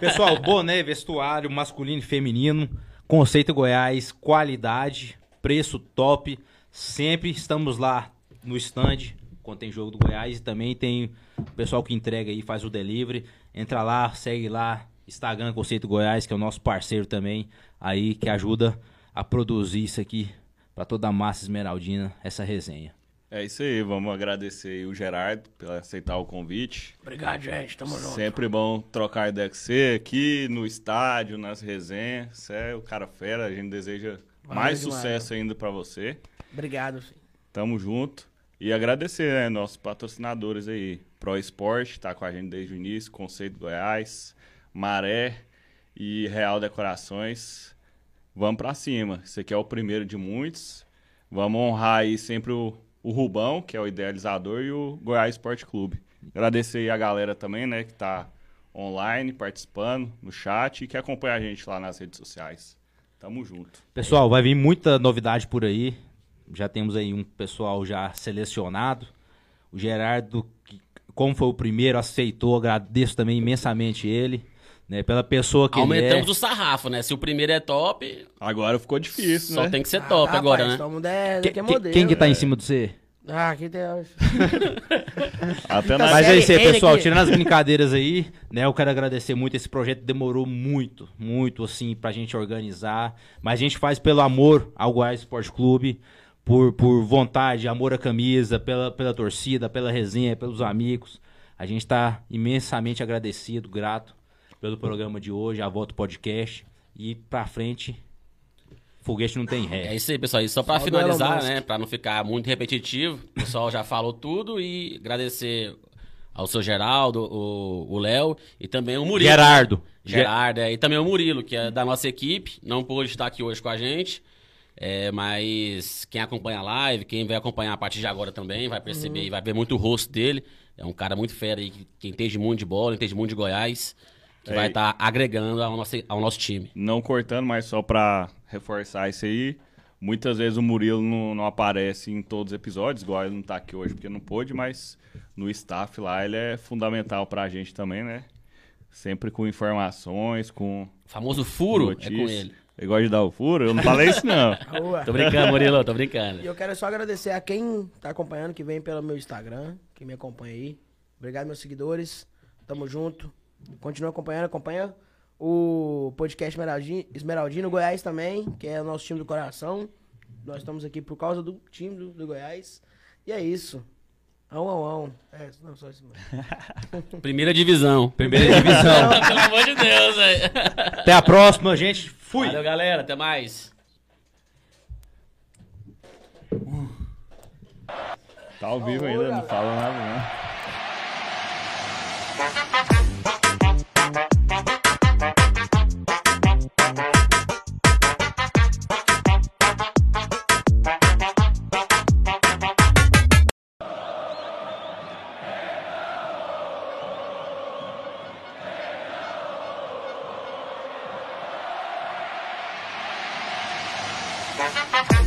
Pessoal, boné, vestuário, masculino e feminino, conceito Goiás, qualidade, preço top. Sempre estamos lá no stand, quando tem jogo do Goiás. E também tem o pessoal que entrega aí, faz o delivery. Entra lá, segue lá. Instagram Conceito Goiás, que é o nosso parceiro também aí, que ajuda a produzir isso aqui para toda a massa esmeraldina, essa resenha. É isso aí, vamos agradecer aí o Gerardo por aceitar o convite. Obrigado, gente. Tamo junto. Sempre bom trocar ideia com você aqui no estádio, nas resenhas. Você é o cara fera, a gente deseja mais demais. sucesso ainda pra você. Obrigado, filho. Tamo junto. E agradecer, né, nossos patrocinadores aí. Pro Esporte, tá com a gente desde o início, Conceito Goiás, Maré e Real Decorações. Vamos pra cima. Esse aqui é o primeiro de muitos. Vamos honrar aí sempre o, o Rubão, que é o idealizador, e o Goiás Esporte Clube. Agradecer aí a galera também, né, que tá online, participando no chat e que acompanha a gente lá nas redes sociais. Tamo junto. Pessoal, vai vir muita novidade por aí. Já temos aí um pessoal já selecionado. O Gerardo, que- como foi o primeiro, aceitou. Agradeço também imensamente ele, né? Pela pessoa que Aumentamos ele é. o sarrafo, né? Se o primeiro é top, Agora ficou difícil, só né? tem que ser top Ah, agora, rapaz, né? então Todo mundo é, Que- que é que- modelo. quem que tá em cima do C? Ah, aqui tem... Até Tá nós. Mas é Série isso aí, N pessoal. aqui. Tirando as brincadeiras aí, né? Eu quero agradecer muito. Esse projeto demorou muito, muito, assim, pra gente organizar. Mas a gente faz pelo amor ao Goiás Esporte Clube, por, por vontade, amor à camisa, pela, pela torcida, pela resenha, pelos amigos. A gente tá imensamente agradecido, grato pelo programa de hoje, a volta do podcast. E pra frente, foguete não tem É ré. isso aí, pessoal. E só pra Só do Elon finalizar, Musk. né? Pra não ficar muito repetitivo, o pessoal já falou tudo e agradecer ao seu Geraldo, o o Léo e também o Murilo. Gerardo. Ger- Gerardo, é, e também o Murilo, que é da nossa equipe, não pôde estar aqui hoje com a gente. é, mas quem acompanha a live, quem vai acompanhar a partir de agora também, vai perceber Uhum. e vai ver muito o rosto dele. É um cara muito fera aí, que, que entende muito de bola, entende muito de Goiás, que É, vai e- estar agregando ao nosso, ao nosso time. Não cortando, mas só pra reforçar isso aí. Muitas vezes o Murilo não, não aparece em todos os episódios, igual ele não tá aqui hoje porque não pôde, mas no staff lá ele é fundamental pra gente também, né? Sempre com informações, com O famoso furo é com notícias. ele. Ele gosta de dar o furo? Eu não falei isso, não. Boa. Tô brincando, Murilo, tô E brincando. eu quero só agradecer a quem tá acompanhando, que vem pelo meu Instagram, que me acompanha aí. Obrigado, meus seguidores. Tamo junto. Continua acompanhando, acompanha o podcast Esmeraldi- Esmeraldino Goiás também, que é o nosso time do coração. Nós estamos aqui por causa do time do, do Goiás. E é isso. Ão, ão, ão. É, não, só isso mesmo. Primeira divisão. Primeira divisão. Pelo amor de Deus, velho. Até a próxima, gente. Fui. Valeu, galera. Até mais. Tá ao vivo ainda, não fala nada, não. Thank you.